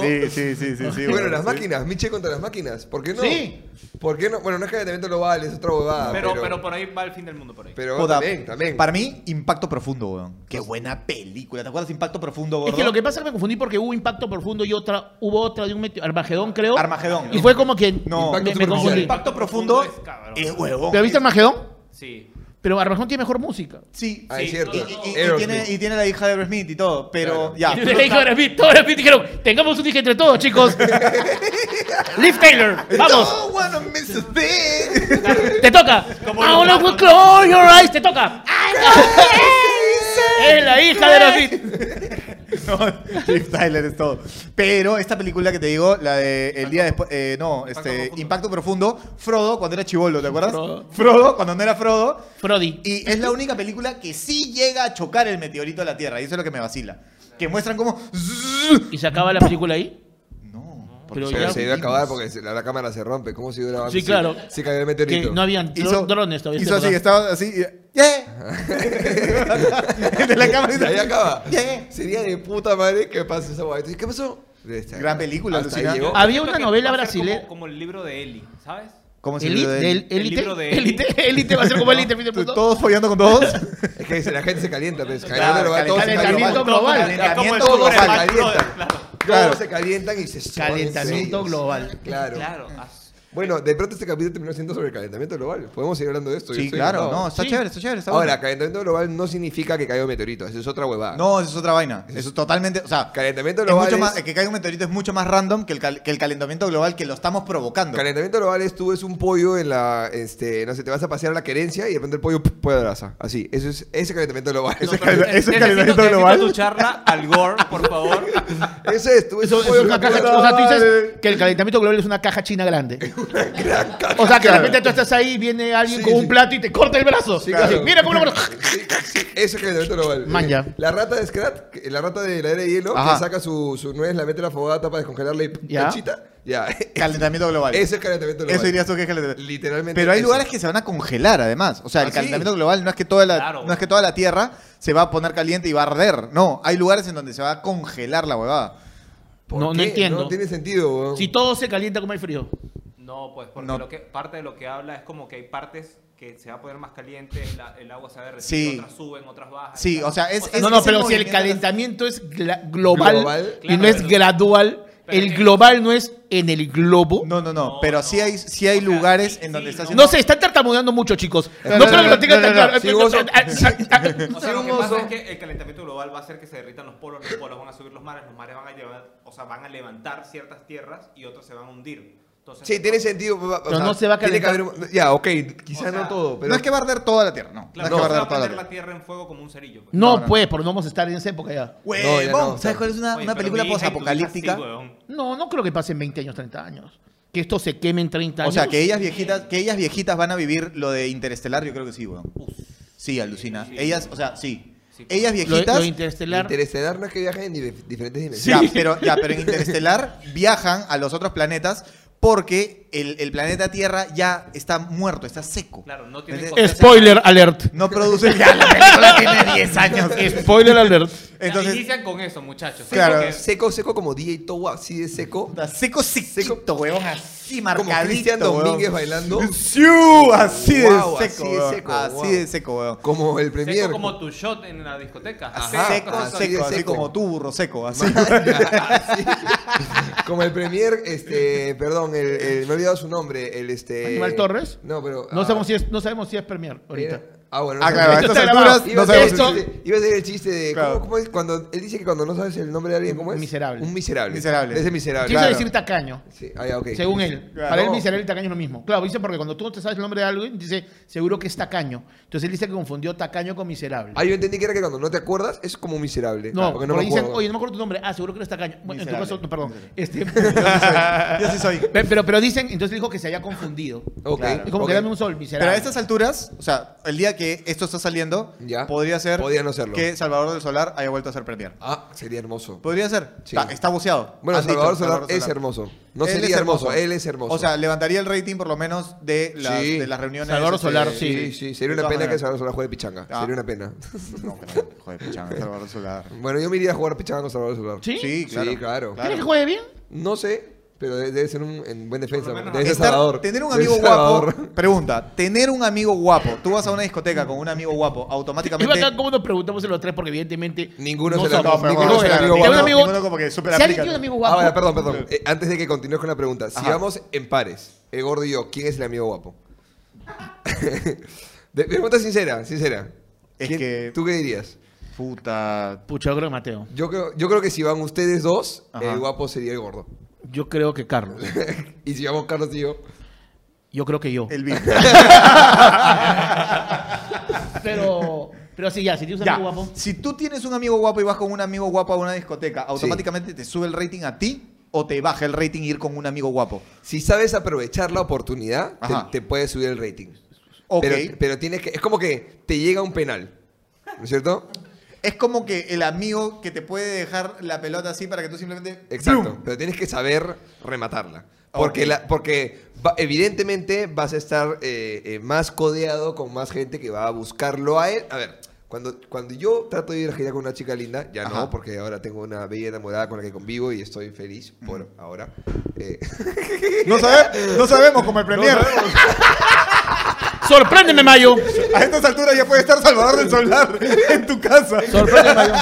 S4: Sí, sí, sí, sí, sí.
S2: bueno,
S4: weón,
S2: las
S4: sí.
S2: máquinas. Miche contra las máquinas. ¿Por qué no?
S1: Sí.
S2: ¿Por qué no? Bueno, no es calentamiento global, es otra huevada.
S5: Pero,
S2: pero,
S5: pero, por ahí va el fin del mundo, por ahí.
S2: pero
S4: Joda,
S2: también, también.
S4: Para mí, Impacto Profundo, weón. Qué buena película. ¿Te acuerdas de Impacto Profundo, gordo?
S1: Es que lo que pasa es que me confundí porque hubo impacto profundo y otra, hubo otra de un meteorito, Armagedón creo.
S4: Armagedón.
S1: Y fue como que
S4: No,
S1: me- me,
S2: Impacto
S4: No,
S2: superficial.
S1: confundí.
S4: Impacto Profundo
S5: Profundo es cabrón.
S4: es huevón.
S1: ¿Pero viste Armagedón?
S5: sí.
S1: Pero Armagedón tiene mejor música.
S4: Sí,
S2: Ah, es
S5: Sí,
S2: cierto.
S4: Y,
S5: no,
S4: y- y- y
S2: Aerosmith.
S4: tiene, y tiene la hija de Aerosmith y todo, Ah, pero
S2: Claro.
S4: ya.
S1: Y le dijo a Aerosmith, todos Aerosmith dijeron, tengamos un dije entre todos, chicos. Liv Taylor, vamos,
S4: No wanna miss a thing.
S1: te toca.
S5: Como
S1: I wanna
S5: los-
S1: close your eyes, te toca. Es la hija de Aerosmith.
S4: No, Liv Tyler es todo. Pero esta película que te digo, la de El día después. eh, no, este. Impacto Profundo. Frodo cuando era chivolo, ¿te acuerdas?
S1: Frodo.
S4: Frodo cuando no era Frodo.
S1: Frodi.
S4: Y es la única película que sí llega a chocar el meteorito a la Tierra. Y eso es lo que me vacila. Que muestran como.
S1: ¿Y se acaba la película ahí?
S4: No.
S1: Pero
S2: Pero
S1: ya-
S2: se iba a acabar porque se- la, la cámara se rompe. ¿Cómo siguió grabando?
S1: Sí, claro.
S2: Sí, cayó el
S1: Que
S2: meteorito.
S1: no habían dro- drones todavía.
S4: Hizo
S1: ¿te
S4: así,
S1: acordás?
S4: estaba así. y- ¡Yeah! De la cámara.
S2: Y ahí acaba.
S4: Yeah.
S2: Sería de puta madre que pase esa huevada. Entonces, ¿Qué pasó? De esta-
S4: Gran película,
S2: Hasta ahí
S4: alucinante.
S2: llegó.
S1: Había
S5: Siento
S1: una
S5: que
S1: novela
S5: va a ser
S1: brasileña.
S5: Como, como el libro de Eli, ¿sabes?
S4: ¿Cómo se
S1: Elite,
S4: llama?
S1: del-
S5: El
S1: élite,
S5: libro de
S1: élite, élite va a ser como élite. fin del mundo.
S4: Todos follando con todos.
S2: Es que dice, la gente se calienta. Pues,
S4: Claro,
S2: calentamiento global, todo se
S1: calentamiento global.
S2: calienta.
S5: Es como el
S4: Calentamiento global.
S5: Super Smash Brothers, claro.
S2: Todos se calientan y se suben
S1: Calentamiento
S2: ellos.
S1: global.
S2: Claro.
S5: Claro. as-
S2: Bueno, de pronto este capítulo terminó siendo sobre el calentamiento global. Podemos seguir hablando de esto. yo
S4: Sí,
S2: estoy
S4: claro,
S2: encantado.
S4: no, está
S1: Sí.
S4: chévere, está chévere, está
S2: Ahora,
S4: bueno.
S2: calentamiento global no significa que cayó un meteorito. Eso es otra huevada.
S4: No, eso es otra vaina. Eso es totalmente, o sea,
S2: Calentamiento
S4: es
S2: global
S4: mucho
S2: es-
S4: más, que caiga un meteorito es mucho más random que el, cal- que el calentamiento global que lo estamos provocando.
S2: Calentamiento global es tú es un pollo en la, este, no sé, te vas a pasear a la querencia y de pronto el pollo pf, puede abraza. Así, eso es ese calentamiento global.
S5: No,
S2: Ese,
S5: Ah, pero
S4: calent- eso es
S5: necesito-
S4: calentamiento
S5: necesito
S4: global.
S5: tu charla al Gore, por favor.
S2: ese es tú es
S1: Eso,
S2: un
S1: eso
S2: pollo
S1: es una
S2: que
S1: caja,
S2: abraza.
S1: o sea, tú dices que el calentamiento global es una caja china grande. O sea, que de repente tú estás ahí, viene alguien
S2: Sí,
S1: con
S2: sí.
S1: un plato y te corta el brazo.
S2: Sí, claro.
S1: Así, Mira cómo lo
S2: Sí, sí, eso es calentamiento global.
S1: Man, ya.
S2: La rata de Scrat, que- la rata de la era de hielo,
S4: Ajá.
S2: que saca su, su nuez, la mete en la fogata para descongelarla y p-
S1: Ya.
S2: canchita. Ya.
S4: Calentamiento global.
S2: Eso es calentamiento global.
S4: Eso dirías tú que es calentamiento.
S2: Literalmente.
S4: Pero hay
S2: eso.
S4: lugares que se van a congelar además, o sea,
S2: Ah,
S4: el
S2: sí.
S4: calentamiento global no es que toda la
S5: Claro.
S4: no es que toda la Tierra se va a poner caliente y va a arder. No, hay lugares en donde se va a congelar la huevada.
S2: ¿Por
S1: No, no
S2: qué?
S1: entiendo.
S2: No tiene sentido, weón.
S1: Si todo se calienta, como hay frío.
S5: No, pues porque
S4: No.
S5: Lo que, parte de lo que habla es como que hay partes que se va a poner más caliente, la- el agua se va a derretir,
S4: Sí.
S5: otras suben, otras bajan.
S4: Sí,
S5: y tal.
S4: o sea, es, es-
S1: No, no,
S4: ese
S1: pero si el
S4: movimiento-
S1: calentamiento es gla- global,
S2: Global.
S1: y no
S5: Claro,
S1: es
S5: pero-
S1: gradual,
S5: pero
S1: el
S5: es-
S1: global no es en el globo. No,
S4: No, no, no,
S5: No,
S4: pero
S5: no.
S4: sí hay sí hay
S5: O sea,
S4: lugares
S5: sí,
S4: en donde
S5: sí,
S4: está
S5: no.
S1: se están tartamudeando mucho, chicos. No,
S4: no,
S1: creo que
S4: no,
S1: lo tengan
S4: no,
S1: tan
S4: no,
S1: claro. ah,
S2: Si vos-
S5: O sea, lo que pasa es que el calentamiento global va a hacer que se derritan los polos, los polos van a subir los mares, los mares van a llevar, o sea, van a levantar ciertas tierras y otras se van a hundir. Entonces,
S2: Sí, tiene sentido. o
S1: Pero
S2: sea,
S1: no se va a
S2: tiene que
S1: calentar.
S2: haber un- ya, ok, quizás
S5: O sea,
S2: no todo, pero
S4: No es que va a arder toda la Tierra, no.
S5: Claro,
S4: no es que va a
S5: se va
S4: arder toda
S5: a
S4: la
S5: prender
S4: Tierra.
S5: la tierra en fuego como un cerillo. pues.
S1: No,
S4: No, no.
S1: pues, porque no vamos a estar en esa época ya.
S2: No, ya
S4: Huevón,
S2: no.
S4: ¿Sabes cuál es una,
S5: Oye,
S4: una
S5: pero
S4: película
S5: mi hija incluso
S4: posapocalíptica?
S5: así, weón.
S1: No, no creo que pasen 20 años, 30 años. Que esto se queme en 30
S4: O
S1: años.
S4: sea, que ellas viejitas, que ellas viejitas van a vivir lo de Interestelar, yo creo que sí, weón. Sí, alucina. Ellas, o sea, sí.
S5: Sí, pues.
S4: Ellas
S1: Lo,
S4: viejitas.
S1: lo interestelar.
S2: Interestelar no es que viajen en dif- diferentes dimensiones.
S4: Ya, pero, ya, pero en Interestelar viajan a los otros planetas porque el, el planeta Tierra ya está muerto, está seco.
S5: Claro, no tiene
S4: Entonces,
S5: cosas.
S1: Spoiler alert.
S4: No produce. Ya, la película tiene 10 años.
S1: Spoiler alert.
S5: Entonces,
S4: Entonces,
S5: inician con eso, muchachos.
S4: Claro.
S5: Porque-
S2: Seco, seco como DJ Towa, así de seco.
S4: puta, seco sequito, weón, así marcadito.
S2: como Cristian Domínguez
S4: weón.
S2: bailando.
S4: ¡Siu! Así de
S2: Guau, así
S4: seco.
S2: de
S4: weón.
S2: seco,
S4: Así
S2: guau.
S4: de seco, weón.
S2: Como el
S5: seco
S2: premier.
S5: como tu shot en la discoteca.
S2: Ajá,
S4: seco,
S2: así de
S4: seco, así
S2: seco.
S4: como tu burro seco, así.
S2: Así. Como el premier, este, perdón, el, el- me he olvidado su nombre, el este.
S1: ¿Aníbal Torres?
S2: No, pero.
S1: No
S2: ah,
S1: sabemos si es, no sabemos si es Premier ahorita.
S2: era- Ah, bueno.
S3: Ah,
S2: sé.
S3: claro, a
S1: Esto
S3: estas
S1: está grabado.
S3: alturas
S2: Iba
S3: no
S2: a ser
S3: sabemos
S2: el
S3: si-
S2: chiste- iba a ser el chiste de.
S3: Claro.
S2: ¿cómo, cómo es? Cuando, él dice que cuando no sabes el nombre de alguien, ¿cómo es?
S1: Un miserable.
S2: Un miserable.
S3: Miserable.
S2: Ese miserable.
S1: Quiso
S3: Claro.
S1: decir tacaño.
S2: Sí, ah, ya, ok.
S1: Según él.
S3: Claro.
S1: Para él miserable y tacaño es lo mismo. Claro, dice porque cuando tú no te sabes el nombre de alguien, dice seguro que es tacaño. Entonces él dice que confundió tacaño con miserable.
S2: Ah, yo entendí que era que cuando no te acuerdas es como miserable.
S1: no, porque
S2: porque no me
S1: dicen,
S2: acuerdo.
S1: oye, no me acuerdo tu nombre. Ah, seguro que eres tacaño. Bueno, en tu
S3: Miserable.
S1: caso, no, perdón. Este,
S4: Yo sí soy.
S1: Pe- pero, pero dicen, entonces dijo que se había confundido.
S2: Ok,
S1: Y como
S2: ok.
S1: que dame un sol,
S4: Pero
S1: miserable.
S4: a estas alturas, o sea, el día que esto está saliendo,
S2: Ya.
S4: podría ser
S2: Podría no serlo.
S4: que Salvador del Solar haya vuelto a ser premier.
S2: Ah, sería hermoso.
S4: Podría ser.
S2: Sí.
S4: Está, está boceado.
S2: Bueno,
S4: Han
S2: Salvador
S4: dicho,
S2: Solar es hermoso. No
S4: Él
S2: sería
S4: es
S2: hermoso, él es hermoso.
S4: O sea, levantaría el rating por lo menos de las,
S2: Sí.
S4: de las reuniones. este,
S1: Salvador Solar,
S2: sí, sí, sería
S4: de
S2: una
S4: todas
S2: pena que
S4: maneras.
S2: Salvador Solar juegue pichanga.
S4: Ah.
S2: Sería una pena.
S4: No, pero, joder, pichanga, Salvador Solar.
S2: Bueno, yo me iría a jugar pichanga con Salvador Solar.
S1: ¿Sí?
S4: Sí, claro.
S2: Sí, claro.
S1: ¿Quieres que juegue bien?
S2: No sé, pero de- debe ser un en buen defensa.
S5: Por lo menos
S2: Debe ser
S4: Estar-
S2: Salvador.
S4: Tener un
S2: Debe
S4: amigo
S2: ser
S4: guapo.
S2: Salvador.
S4: Pregunta. Tener un amigo guapo. Tú vas a una discoteca con un amigo guapo.
S1: Es
S4: Automáticamente.
S1: bacán cómo nos preguntamos en los tres, porque evidentemente.
S2: Ninguno
S1: no
S2: se la-
S1: somos-
S2: no, pero
S1: ninguno
S2: bueno,
S1: se la-
S2: ninguno
S1: Tengo un
S2: guapo,
S1: amigo-
S3: ninguno como que
S1: Si
S3: súper
S1: alguien
S3: aplica,
S1: tiene un amigo
S2: Ah,
S1: guapo.
S2: bueno, perdón, perdón. Eh, antes de que continúes con la pregunta, si
S4: Ajá.
S2: vamos en pares, el gordo y yo, ¿quién es el amigo guapo? De- pregunta sincera, sincera.
S4: Es
S2: ¿Quién-
S4: que-
S2: ¿Tú qué dirías?
S4: Puta.
S1: Pucha, yo creo que Mateo.
S2: Yo creo, yo creo que si van ustedes dos,
S4: Ajá.
S2: el guapo sería el gordo.
S1: Yo creo que Carlos.
S2: Y si vamos Carlos y yo.
S1: Yo creo que yo.
S4: El bicho.
S1: Pero, pero sí, ya, si tienes un
S4: Ya.
S1: amigo guapo.
S4: Si tú tienes un amigo guapo y vas con un amigo guapo a una discoteca, automáticamente te sube el rating a ti o te baja el rating ir con un amigo guapo.
S2: Si sabes aprovechar la oportunidad,
S4: Ajá.
S2: te, te puede subir el rating.
S4: Ok.
S2: Pero, pero tienes que. Es como que te llega un penal. ¿No es cierto?
S4: es como que el amigo que te puede dejar la pelota así para que tú simplemente.
S2: Exacto. Pero tienes que saber rematarla. Porque,
S4: Ok.
S2: la, porque va- evidentemente vas a estar eh, eh, más codeado con más gente que va a buscarlo a él. A ver, cuando, cuando yo trato de ir a girar con una chica linda, ya
S4: Ajá.
S2: no, porque ahora tengo una bella enamorada con la que convivo y estoy feliz por ahora. Eh,
S3: No, sabe- no sabemos como el premier.
S1: ¡Sorpréndeme, Mayo!
S3: A estas alturas ya puede estar Salvador del Solar en tu casa.
S1: ¡Sorpréndeme, Mayo!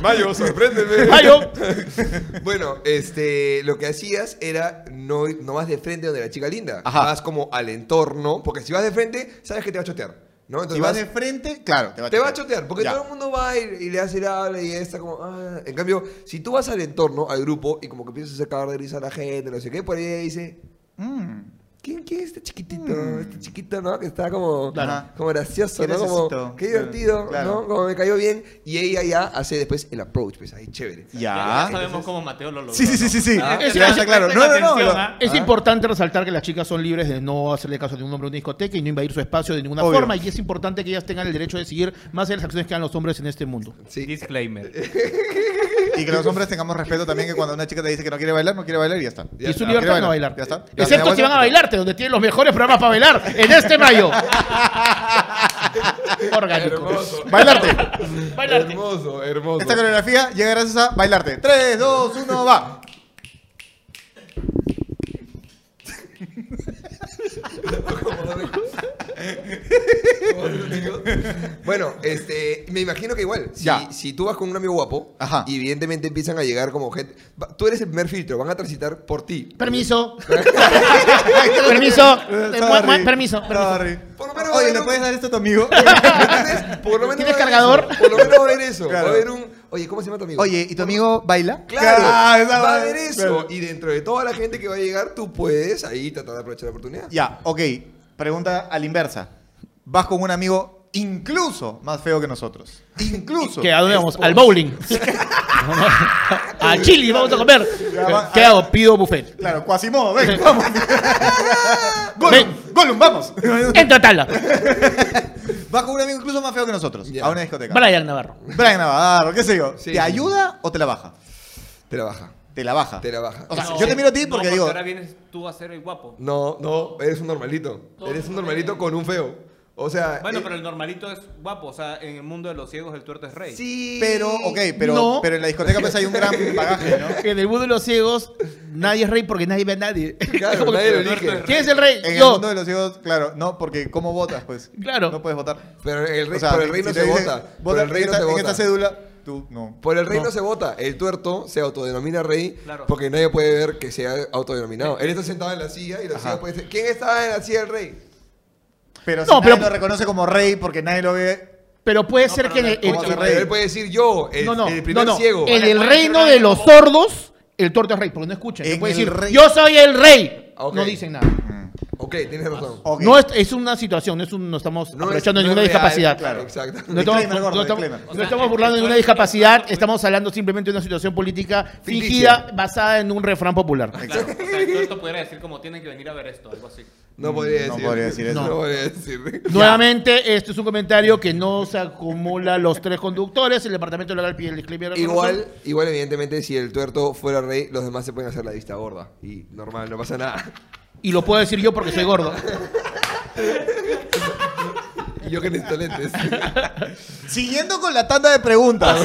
S2: Mayo, sorpréndeme.
S1: ¡Mayo!
S2: Bueno, este, lo que hacías era no, ir- no vas de frente donde la chica linda,
S4: Ajá.
S2: vas como al entorno, porque si vas de frente, sabes que te va a chotear, ¿no? Entonces
S4: Si vas de frente, claro, te va a
S2: te va a chotear, porque
S4: Ya.
S2: todo el mundo va y, y le hace el habla y está como... ah. En cambio, si tú vas al entorno, al grupo, y como que empiezas a cagar de risa a la gente, no sé qué, por ahí dice...
S4: Mm.
S2: ¿Quién, ¿Quién es este chiquitito? Este chiquito, ¿no? Que está como,
S4: Claro.
S2: como gracioso,
S4: Qué
S2: ¿no? Como,
S4: graciosito.
S2: qué divertido,
S4: Claro.
S2: ¿no? Como me cayó bien. Y ella ya hace después el approach, pues ahí chévere.
S5: Ya, ya
S4: Ya.
S5: sabemos cómo Mateo lo logró.
S4: Sí, sí, sí, sí, sí.
S2: Ah.
S4: Ya
S1: Eso-
S4: está claro. No,
S5: Presten
S4: no, no.
S5: atención,
S4: no.
S5: ¿ah?
S1: Es importante resaltar que las chicas son libres de no hacerle caso de un hombre en una discoteca y no invadir su espacio de ninguna
S4: Obvio.
S1: forma. Y es importante que ellas tengan el derecho de seguir más de las acciones que hagan los hombres en este mundo.
S2: Sí.
S5: Disclaimer.
S4: Y que los hombres tengamos respeto también que cuando una chica te dice que no quiere bailar, no quiere bailar y ya está.
S1: y su
S4: está.
S1: libertad
S4: Quiere
S1: no
S4: bailar,
S1: bailar.
S4: ya está. Ya, me
S1: Excepto
S4: voy.
S1: si van a bailarte, donde tienen los mejores programas para bailar en este mayo. Orgánico.
S2: Hermoso.
S4: Bailarte.
S1: Bailarte.
S2: Hermoso, hermoso.
S4: Esta coreografía llega gracias a bailarte. 3, 2, 1, va.
S2: Bueno, este, me imagino que igual, si,
S4: Ya.
S2: si tú vas con un amigo guapo,
S4: Ajá.
S2: y evidentemente empiezan a llegar como gente, va- tú eres el primer filtro, van a transitar por ti.
S1: Permiso. permiso. Eh, mua- mua- permiso. permiso.
S4: Sorry.
S2: Por lo menos va a
S4: Oye,
S2: haber
S4: ¿le
S2: un-
S4: puedes dar esto a tu amigo?
S2: Entonces, por lo menos
S1: ¿Tienes
S2: va a haber
S1: cargador?
S2: eso, por lo menos va a haber eso.
S4: Claro.
S2: Va a haber un, oye, ¿cómo se llama tu amigo?
S4: Oye, ¿y tu amigo baila?
S2: Claro,
S3: Claro, esa
S2: va a
S3: va-
S2: haber eso.
S3: claro.
S2: Y dentro de toda la gente que va a llegar, tú puedes ahí tratar de aprovechar la oportunidad.
S4: Ya, ok. Pregunta a la inversa. Vas con un amigo incluso más feo que nosotros. Incluso.
S1: ¿Qué, ¿A dónde vamos? Al bowling. a Chile vamos a comer.
S4: Ya va-
S1: ¿Qué hago? Pido buffet.
S4: Claro, Quasimodo, ven, vamos. Gollum,
S1: Ven.
S4: Gollum, vamos.
S1: Entra Tala.
S4: Vas con un amigo incluso más feo que nosotros
S2: Ya.
S4: a una discoteca.
S1: Brian Navarro.
S4: Brian Navarro, qué sé yo.
S2: Sí.
S4: ¿Te ayuda o te la baja?
S2: Te la baja,
S4: Te la baja.
S2: te la baja.
S4: O sea, yo te miro a ti
S5: no,
S4: porque digo-
S5: Ahora vienes tú a ser el guapo.
S2: No, no, eres un normalito.
S5: Todo
S2: eres un
S5: mundo
S2: normalito
S5: tiene-
S2: con un feo. O sea.
S5: Bueno,
S2: eh,
S5: pero el normalito es guapo. O sea, en el mundo de los ciegos el tuerto es rey.
S2: Sí.
S4: Pero, ok, pero,
S1: No.
S4: pero en la discoteca pues hay un gran bagaje, ¿no?
S1: En el mundo de los ciegos, nadie es rey porque nadie ve a nadie.
S2: Claro,
S1: Como que-
S2: nadie lo
S5: Alberto
S2: elige.
S5: es
S1: ¿Quién es el rey?
S4: En el
S1: Yo.
S4: mundo de los ciegos, claro, no, porque ¿cómo votas, pues?
S1: Claro.
S4: No puedes votar.
S2: Pero el rey,
S4: O sea,
S2: por el
S4: si-
S2: rey
S4: si
S2: no
S4: te
S2: se
S4: dicen,
S2: vota. Por
S4: vota
S2: el rey
S4: en
S2: no
S4: esta-
S2: se
S4: En esta
S2: vota.
S4: cédula, tú no.
S2: Por el rey no se vota. El tuerto se autodenomina rey
S5: Claro.
S2: porque nadie puede ver que sea autodenominado. Él está sentado en la silla y la silla puede decir: ¿Quién está en la silla del rey?
S4: Pero si
S1: No,
S4: nadie
S1: pero-
S4: lo reconoce como rey porque nadie lo ve.
S1: Pero puede ser
S5: pero
S1: que
S5: no
S1: en
S5: le
S1: el- el-
S5: escucha,
S1: el-
S2: Pero él puede decir yo, el,
S1: no, no,
S2: el primer
S1: no, no.
S2: ciego.
S1: En el
S5: Puede
S1: reino
S5: ser
S1: de
S5: rey
S1: los
S5: como-
S1: sordos, el torto es rey, porque no escuchan. No
S4: En
S1: puede
S4: el
S1: decir,
S4: rey.
S1: yo soy el rey.
S2: Ah, ok.
S1: No dicen nada.
S2: Ok, tienes razón.
S4: mm, Ok.
S1: No es, es una situación, no, es un- no estamos
S2: No es-
S1: aprovechando
S2: no es
S1: ninguna
S2: real,
S1: discapacidad.
S2: claro, exacto.
S1: No estamos,
S4: Disclaimer, gordo,
S1: no estamos-
S4: disclaimer.
S1: no
S5: O sea,
S1: estamos
S5: el-
S1: burlando de
S5: el-
S1: ninguna
S5: el-
S1: discapacidad, estamos hablando simplemente de una situación política
S2: Ficticia.
S1: fingida basada en un refrán popular.
S5: Claro, o sea, el tuerto pudiera decir como tienen que venir a ver esto, algo así.
S2: No podría decir.
S4: No podría decir eso.
S2: No podría decir.
S1: Nuevamente, esto es un comentario que no se acumula los tres conductores. El departamento legal pide el disclaimer. de
S2: Igual, igual, evidentemente, si el tuerto fuera rey, los demás se pueden hacer la vista gorda. Y normal, no pasa nada.
S1: Y lo puedo decir yo porque soy gordo.
S2: Y yo que necesito lentes.
S4: Siguiendo con la tanda de preguntas.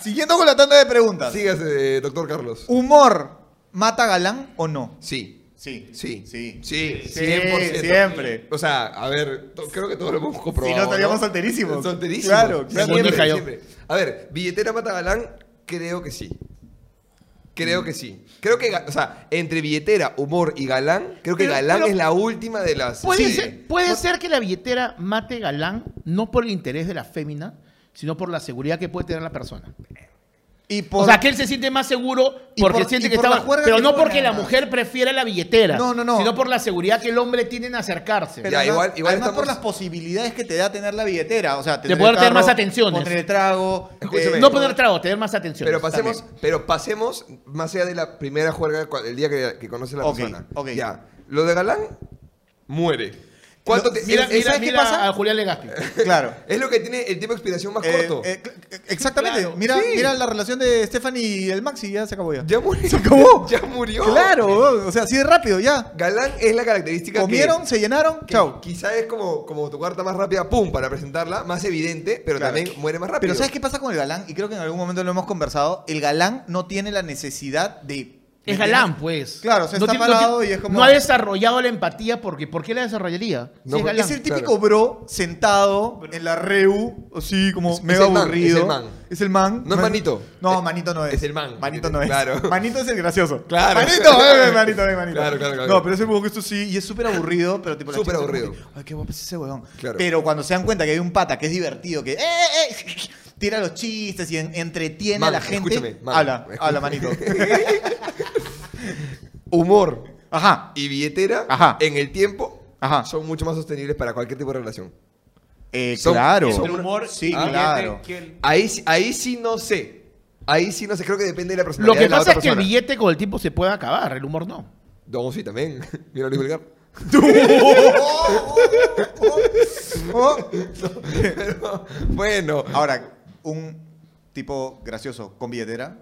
S4: Siguiendo con la tanda de preguntas.
S2: Sígase, eh, doctor Carlos.
S4: ¿Humor mata galán o no?
S2: Sí.
S4: Sí.
S2: Sí.
S4: Sí.
S2: Sí.
S4: Sí,
S2: 100%.
S4: siempre.
S2: O sea, a ver, to- creo que todos lo hemos comprobado.
S4: Si no, estaríamos
S2: ¿no?
S4: solterísimos.
S2: Solterísimos.
S4: Claro, claro.
S2: Siempre,
S1: Muñeca yo.
S2: siempre. A ver, billetera mata galán, creo que sí. Creo que sí. Creo que, ga- o sea, entre billetera, humor y galán, creo que
S1: Pero-
S2: galán
S1: pero-
S2: es la última de las.
S1: Puede,
S2: Sí.
S1: ser, puede ser que la billetera mate galán no por el interés de la fémina, sino por la seguridad que puede tener la persona.
S4: Y por-
S1: o sea, que él se siente más seguro
S4: Y
S1: porque
S4: por-
S1: siente
S4: y
S1: que
S4: por
S1: está...
S4: la juerga
S1: Pero
S4: que
S1: no
S4: pone,
S1: porque la
S4: además.
S1: mujer prefiere la billetera.
S4: No, no, no.
S1: Sino por la seguridad que el hombre tiene en acercarse.
S4: Pero
S2: Ya,
S4: además-
S2: igual- igual
S4: además
S2: estamos-
S4: por las posibilidades que te da tener la billetera. O sea,
S1: De
S4: tener
S1: poder
S4: el
S1: tener
S4: carro,
S1: más atenciones.
S4: Poner el trago. eh,
S2: Escúchame.
S1: Eh, no poner trago, tener más atención.
S2: Pero pasemos, pero pasemos más allá de la primera juerga cua- el día que, que conoce la
S4: Ok,
S2: persona.
S4: ok.
S2: Ya. Lo de Galán muere. ¿Cuánto
S4: No,
S2: te-
S1: Mira,
S2: es,
S1: mira,
S2: ¿sabes qué
S1: mira
S2: pasa?
S1: a Julián Legazpi.
S4: Claro.
S2: Es lo que tiene el tiempo de expiración más
S4: Eh,
S2: corto.
S4: eh, cl- exactamente.
S5: Claro.
S4: Mira,
S2: Sí.
S4: mira la relación de Stephanie y el Maxi, ya se acabó ya.
S2: ya murió.
S4: se acabó.
S2: Ya murió.
S4: Claro, weón, o sea, así de rápido, ya.
S2: Galán es la característica que-
S4: Comieron, se llenaron,
S2: que
S4: chau.
S2: Quizá es como, como tu carta más rápida, pum, para presentarla, más evidente, pero
S4: Claro.
S2: también muere más rápido.
S4: Pero ¿sabes qué pasa con el galán? Y creo que en algún momento lo hemos conversado. El galán no tiene la necesidad de...
S1: Es galán, pues.
S4: eh, Claro, o sea, está
S1: tiene- tiene-
S4: parado y es como-
S1: No ha desarrollado la empatía porque... ¿Por qué la desarrollaría? Si
S2: No,
S1: es
S2: porque
S1: galán.
S4: Es el típico bro sentado en la reu, así como
S2: Es- es
S4: mega
S2: el man,
S4: aburrido.
S2: es el man.
S4: Es el man.
S2: No es manito.
S4: No, manito no es.
S2: Es el man.
S4: Manito no es.
S2: Claro.
S4: Manito es el gracioso.
S2: Claro.
S4: Manito, eh, manito, eh, manito.
S2: Claro, claro, claro.
S4: No, pero ese huevón que esto sí, y es súper aburrido, pero tipo. las
S2: Súper
S4: chicas son como
S2: aburrido.
S4: que, Ay, qué guapo es ese huevón.
S2: Claro.
S4: Pero cuando se dan cuenta que hay un pata que es divertido, que. ¡Eh, eh! Tira los chistes y en- entretiene a
S2: Man,
S4: la gente.
S2: escúchame, man,
S4: habla,
S2: escúchame.
S4: habla, manito.
S2: Humor
S4: Ajá.
S2: y billetera
S4: Ajá.
S2: en el tiempo
S4: Ajá.
S2: son mucho más sostenibles para cualquier tipo de relación.
S4: Eh,
S2: Son-
S4: claro.
S2: son-
S5: El humor
S4: Sí,
S5: y billete,
S4: claro.
S5: ¿quién?
S2: Ahí, sí- ahí sí no sé. Ahí sí no sé, creo que depende de la
S1: Lo
S2: personalidad
S1: que
S2: de la
S1: pasa
S2: otra
S1: es que el
S2: persona.
S1: billete con el tiempo se puede acabar, el humor no.
S2: No, sí, también. Mira Luis Vulgar.
S4: Oh.
S2: Pero, bueno.
S4: Ahora, un tipo gracioso con billetera.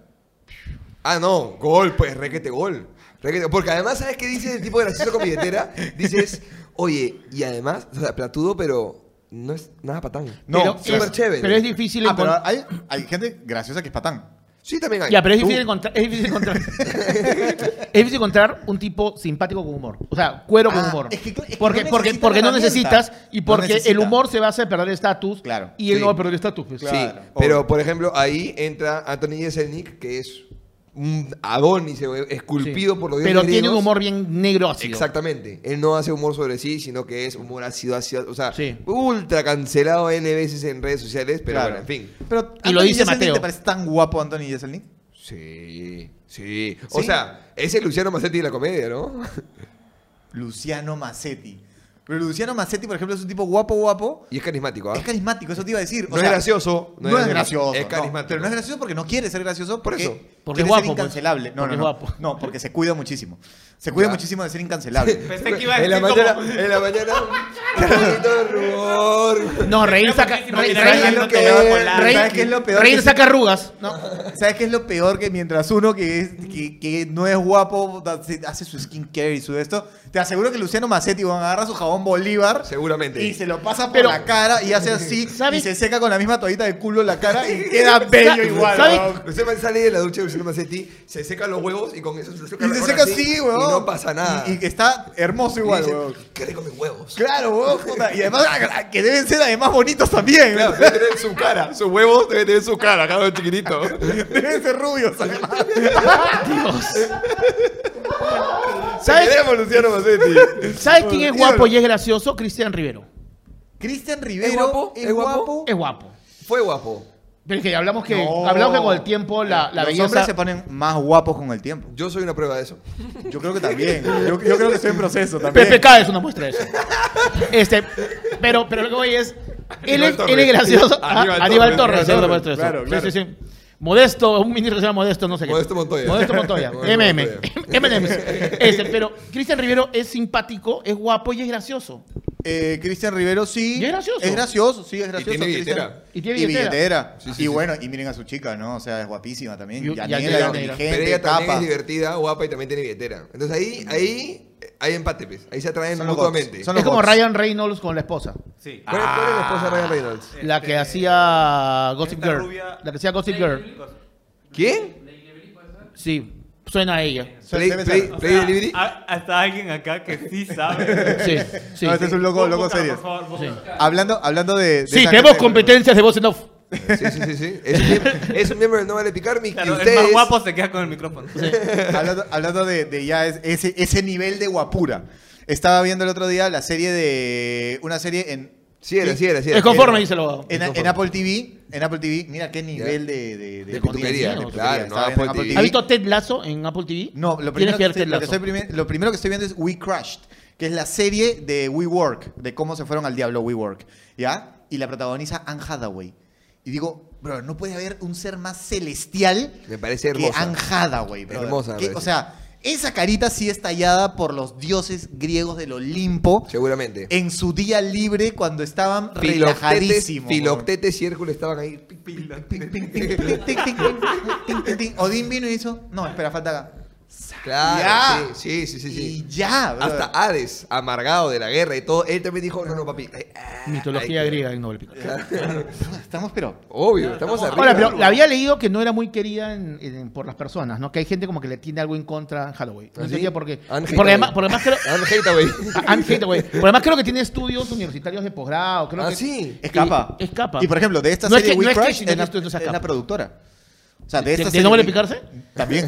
S2: Ah, no. Gol, pues, requete gol. Requete- Porque además, ¿sabes qué dice el tipo de gracioso con billetera? Dices, oye, y además, o sea, platudo, pero no es nada patán.
S4: No,
S1: pero,
S2: súper
S1: es,
S2: chévere.
S1: pero es difícil
S4: Ah, pero
S1: encontrar.
S4: hay, hay gente graciosa que es patán.
S2: Sí, también hay.
S1: Ya, pero es difícil encontrar. Es difícil encontrar, es difícil encontrar un tipo simpático con humor. O sea, cuero con
S4: Ah,
S1: humor.
S4: es que- es que
S1: porque
S4: no
S1: porque,
S4: necesita
S1: porque
S4: la
S1: no necesitas
S4: herramienta.
S1: y
S4: No
S1: porque
S4: necesita.
S1: el humor se basa en perder estatus.
S4: Claro.
S1: Y él
S2: Sí.
S1: no va a perder estatus. pues.
S2: Sí,
S4: Claro,
S2: pero
S4: obvio.
S2: por ejemplo, ahí entra Anthony Jeselnik, que es un Adonis eh, esculpido
S1: Sí.
S2: por los dioses
S1: Pero tiene un
S2: griegos.
S1: humor bien negro así.
S2: Exactamente. Él no hace humor sobre sí, sino que es humor ácido, ácido. O sea,
S1: Sí.
S2: ultra cancelado N veces en redes sociales, pero
S4: Claro.
S2: bueno, en fin.
S4: Pero
S1: Y lo
S4: Anthony
S1: dice
S4: Jeselnik,
S1: Mateo.
S4: ¿Te parece tan guapo Anthony Jeselnik?
S2: Sí, sí. O
S4: ¿Sí?
S2: sea, ese es Luciano Macetti de la comedia, ¿no?
S4: Luciano Massetti. Pero Luciano Massetti, por ejemplo, es un tipo guapo, guapo.
S2: Y es carismático, ¿ah?
S4: Es carismático, eso te iba a decir. O
S2: No es
S4: sea,
S2: gracioso.
S4: No, es gracioso.
S2: Es
S4: no.
S2: carismático.
S4: pero no es gracioso porque no quiere ser gracioso.
S2: Por
S4: Porque,
S2: eso.
S1: Porque es
S4: quiere
S1: guapo,
S4: Ser
S1: pues.
S4: incancelable. No,
S1: Porque
S4: no, no.
S1: es guapo.
S4: No, porque se cuida muchísimo. Se cuida
S2: Ya.
S4: muchísimo de ser incancelable.
S5: Pensé que iba a
S2: en la
S5: decir
S2: mañana,
S5: como-
S2: en la mañana, un poquito de rubor.
S1: No, reír
S5: Creo
S1: saca.
S5: que sí,
S1: reír-
S5: porque
S1: reír-
S5: le
S4: lo
S5: no
S4: que
S5: te
S4: es?
S5: va a colar.
S1: reír-
S4: ¿Sabes qué es lo peor?
S1: Reír
S4: Que-
S1: saca arrugas. ¿no?
S4: ¿Sabes qué es lo peor? Que mientras uno que, es- que, que no es guapo da- se- hace su skincare y su esto, te aseguro que Luciano Massetti weón, agarra su jabón Bolívar
S2: Seguramente.
S4: y se lo pasa por
S1: Pero-
S4: la cara y hace así
S1: ¿Sabes?
S4: y se seca con la misma toallita de culo la cara y queda bello
S1: Sa-
S4: igual.
S1: ¿sabes?
S4: weón.
S2: Usted sale de la ducha de Luciano Macetti, se seca los huevos y con eso se seca
S4: Y
S2: la
S4: se
S2: cola
S4: seca así,
S2: y
S4: weón,
S2: no pasa nada.
S4: Y, y está hermoso igual,
S2: Dice,
S4: huevón.
S2: Qué rico mis huevos.
S4: Claro, huevón, puta. Y además, que deben ser además bonitos también.
S2: Claro, debe tener su cara. Sus huevos debe tener su cara, cabrón chiquitito.
S4: Deben ser rubios, además.
S1: ¿Sabes?
S2: Te queremos, Luciano Macetti.
S1: ¿Sabes quién es guapo y es gracioso? Cristian Rivero.
S4: Cristian Rivero
S2: ¿Es guapo?
S4: es
S2: ¿Es guapo?
S4: guapo.
S1: Es guapo.
S2: Fue guapo.
S1: Pero es que hablamos que,
S4: No.
S1: hablamos que con el tiempo la, la
S4: Los
S1: belleza.
S4: hombres se ponen más guapos con el tiempo.
S2: Yo soy una prueba de eso.
S4: Yo creo que también. Yo, yo creo que estoy en proceso también.
S1: PPK es una muestra de eso. Este, pero, pero lo que voy es. Él, es, él
S2: Aníbal
S1: es
S2: Torres.
S1: gracioso. Ah,
S2: Aníbal
S1: Aníbal,
S2: Torres,
S1: Torres, es una
S2: Aníbal
S1: muestra de eso.
S4: Torres, claro,
S1: Sí, sí, sí. Modesto, un ministro que se llama Modesto, no sé qué.
S2: Modesto Montoya.
S1: Modesto Montoya.
S2: Modesto
S1: MM.
S2: Montoya.
S1: MM. Este, pero Cristian Rivero es simpático, es guapo y es gracioso.
S4: Eh, Cristian Rivero sí.
S1: Y es gracioso.
S4: Es gracioso, sí, es gracioso.
S2: tiene
S4: Cristian.
S2: billetera.
S1: Y tiene billetera.
S4: billetera.
S2: Sí, sí,
S4: y
S2: sí.
S4: bueno, y miren a su chica, ¿no? O sea, es guapísima también.
S1: Y- y
S4: Yanela,
S1: Yanela.
S4: inteligente,
S2: Pero ella también
S4: capa.
S2: es divertida, guapa y también tiene billetera. Entonces ahí, ahí eh, hay empate, pues. Ahí se atraen
S4: Son los
S2: mutuamente.
S4: bots. Son
S2: ¿Cuál
S4: los
S1: Es como
S4: bots.
S1: Ryan Reynolds con la esposa.
S5: Sí. Ah,
S2: es cuál es la esposa de Ryan Reynolds?
S1: La
S5: Este,
S1: que hacía Gossip
S5: esta
S1: Girl.
S5: rubia-
S1: La que hacía Gossip Girl.
S2: ¿Quién?
S1: Sí, suena a ella.
S2: Play,
S4: Debe
S2: play,
S4: ser.
S5: O
S2: play E
S5: sea,
S2: Delivery.
S5: ha- Hasta alguien acá que sí sabe.
S1: Sí, sí.
S4: No, este es un loco, loco
S5: Búscala,
S4: serio.
S5: por favor, búscala.
S1: Sí.
S4: Hablando, hablando de. de
S1: Sí,
S4: esa
S1: tenemos
S4: gente-
S1: competencias de voz en off.
S2: Sí, sí, sí, sí. Es un miembro, es un miembro de No Vale Picar, mi
S5: Claro,
S2: que
S5: el más
S2: ustedes.
S5: guapo se queda con el micrófono.
S4: hablando, hablando de, de ya es- ese, ese nivel de guapura. Estaba viendo el otro día la serie de. Una serie en.
S2: Sí era, sí era, sí era.
S1: Es conforme, dice lo.
S4: En, en Apple TV, en Apple TV, mira qué nivel de, de,
S2: De
S4: audiencia,
S2: pituquería,
S4: de
S1: claro,
S4: pituquería.
S2: no,
S4: Estaba viendo
S2: Apple TV.
S1: ¿Has visto Ted Lazo en Apple TV?
S4: No, lo
S1: Tienes
S4: primero, que
S1: ver
S4: estoy,
S1: Ted
S4: lo, que
S1: Lazo.
S4: estoy primer- lo primero que estoy viendo es We Crashed, que es la serie de We Work, de cómo se fueron al diablo We Work, ¿ya? Y la protagoniza Anne Hathaway. Y digo, bro, no puede haber un ser más celestial
S2: Me parece hermosa.
S4: que Anne Hathaway, brother.
S2: Hermosa, me
S4: Que-
S2: parece.
S4: o sea, esa carita sí es tallada por los dioses griegos del Olimpo
S2: Seguramente.
S4: en su día libre cuando estaban
S2: Filoctetes,
S4: relajadísimos. bro.
S2: Filoctetes y Hércules estaban ahí. Pic,
S4: Ting,
S2: pic,
S4: ting, ting, ting, ting, ting, ting, ting, ting. Odín vino y hizo. No, espera, falta acá.
S2: Claro,
S4: Ya.
S2: sí, sí, sí, sí. sí.
S4: Y ya, bro.
S2: Hasta Hades, amargado de la guerra y todo, él también dijo, no, no, papi. eh, ah,
S1: Mitología
S2: ay,
S1: griega en Nobel Picard.
S2: ah.
S4: Estamos, pero.
S2: Obvio, estamos arriba.
S1: Ahora, pero la había leído que no era muy querida en- en- por las personas, ¿no? Que hay gente como que le tiene algo en contra a Halloween. No
S2: ¿Ah, sí?
S1: entendía por qué.
S2: Anne
S1: Porque
S2: Hathaway.
S1: además, porque además creo.
S2: Anne Hathaway.
S1: a- Anne Hathaway. Porque además creo que tiene estudios universitarios de posgrado. Creo
S2: Ah,
S1: que-
S2: sí.
S4: Escapa.
S1: Sí, escapa.
S4: Y por ejemplo, de esta
S1: No es
S4: serie
S1: que-
S4: We
S1: no es que
S4: Crash,
S1: si
S4: es,
S1: no
S4: la,
S1: esto, esto se
S4: es la
S1: escapa.
S4: productora. O sea, de
S1: ¿De-
S4: esta
S1: de
S4: serie
S1: Nobel
S4: We-
S1: Picarse?
S4: También.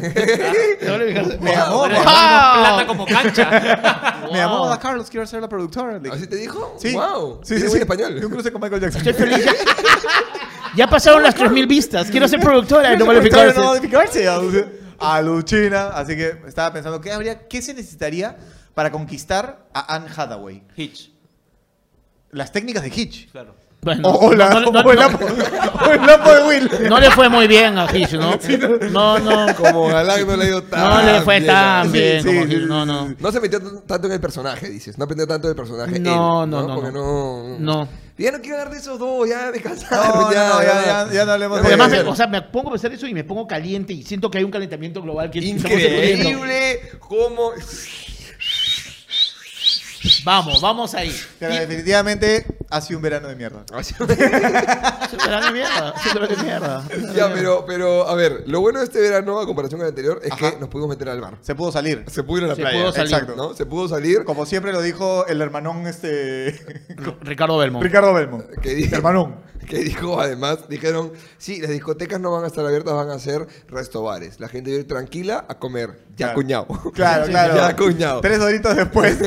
S1: Nobel Picard.
S4: Me amó, me
S5: Wow.
S4: ¡Ah!
S1: amó.
S5: Plata como cancha.
S4: Me llamó Hola Carlos, quiero ser la productora. Le-
S2: ¿Así te dijo?
S4: Sí.
S2: Wow.
S4: Sí,
S2: Tiene
S4: sí,
S2: buen
S4: sí. Y un
S2: español.
S4: cruce con Michael Jackson.
S1: Estoy feliz. Ya, ya pasaron las 3.000 vistas. Quiero ser productora de
S4: Quiero
S1: No
S4: ser
S1: Vale
S4: productora de
S1: Picarse.
S4: Nobel Picarse. alu- Alucina. Así que estaba pensando, ¿qué, habría, ¿qué se necesitaría para conquistar a Anne Hathaway?
S5: Hitch,
S4: Las técnicas de Hitch.
S5: claro.
S1: Bueno,
S4: O,
S2: Oh,
S4: o la-
S1: no- no-
S4: o el
S1: no-
S4: lapo- o el lapo de Will.
S1: No le fue muy bien a Hitch, ¿no? No, no.
S2: Como Galán no le ha ido tan
S1: No le fue
S2: bien a-
S1: tan bien
S4: Sí, sí,
S1: como
S4: sí,
S1: Hitch.
S4: sí,
S1: No,
S4: sí,
S1: no.
S2: No se metió t- tanto en el personaje, dices. No aprendió tanto del personaje.
S1: No,
S2: él,
S1: no, no,
S2: Porque no.
S1: No.
S2: Ya no quiero hablar de esos dos, ya descansaron.
S4: No, no,
S2: ya,
S4: no, ya, ya, ya no hablemos
S1: Porque
S4: de
S1: además, me,
S4: eso.
S1: o sea, me pongo a pensar eso y me pongo caliente y siento que hay un calentamiento global que estamos sufriendo.
S2: Increíble cómo.
S1: Vamos, vamos ahí.
S4: Pero definitivamente ha sido un verano de mierda.
S1: Se te da de mierda, se te da de mierda.
S2: ya, pero, pero, a ver, lo bueno de este verano, a comparación con el anterior, es
S4: Ajá.
S2: que nos pudimos meter al bar.
S4: Se pudo salir.
S2: Se pudo ir a la
S1: Se
S2: playa.
S1: pudo salir.
S2: Exacto. ¿no? Se pudo salir.
S4: Como siempre lo dijo el hermanón este
S1: Ricardo Belmont.
S4: Ricardo Belmo.
S2: ¿Qué dijo?
S4: Hermanón.
S2: Que dijo, además, dijeron, sí, las discotecas no van a estar abiertas, van a ser restobares. La gente va a ir tranquila a comer. Ya
S4: Claro.
S2: cuñado.
S4: Claro, claro.
S2: Ya cuñado.
S4: Tres horitos después.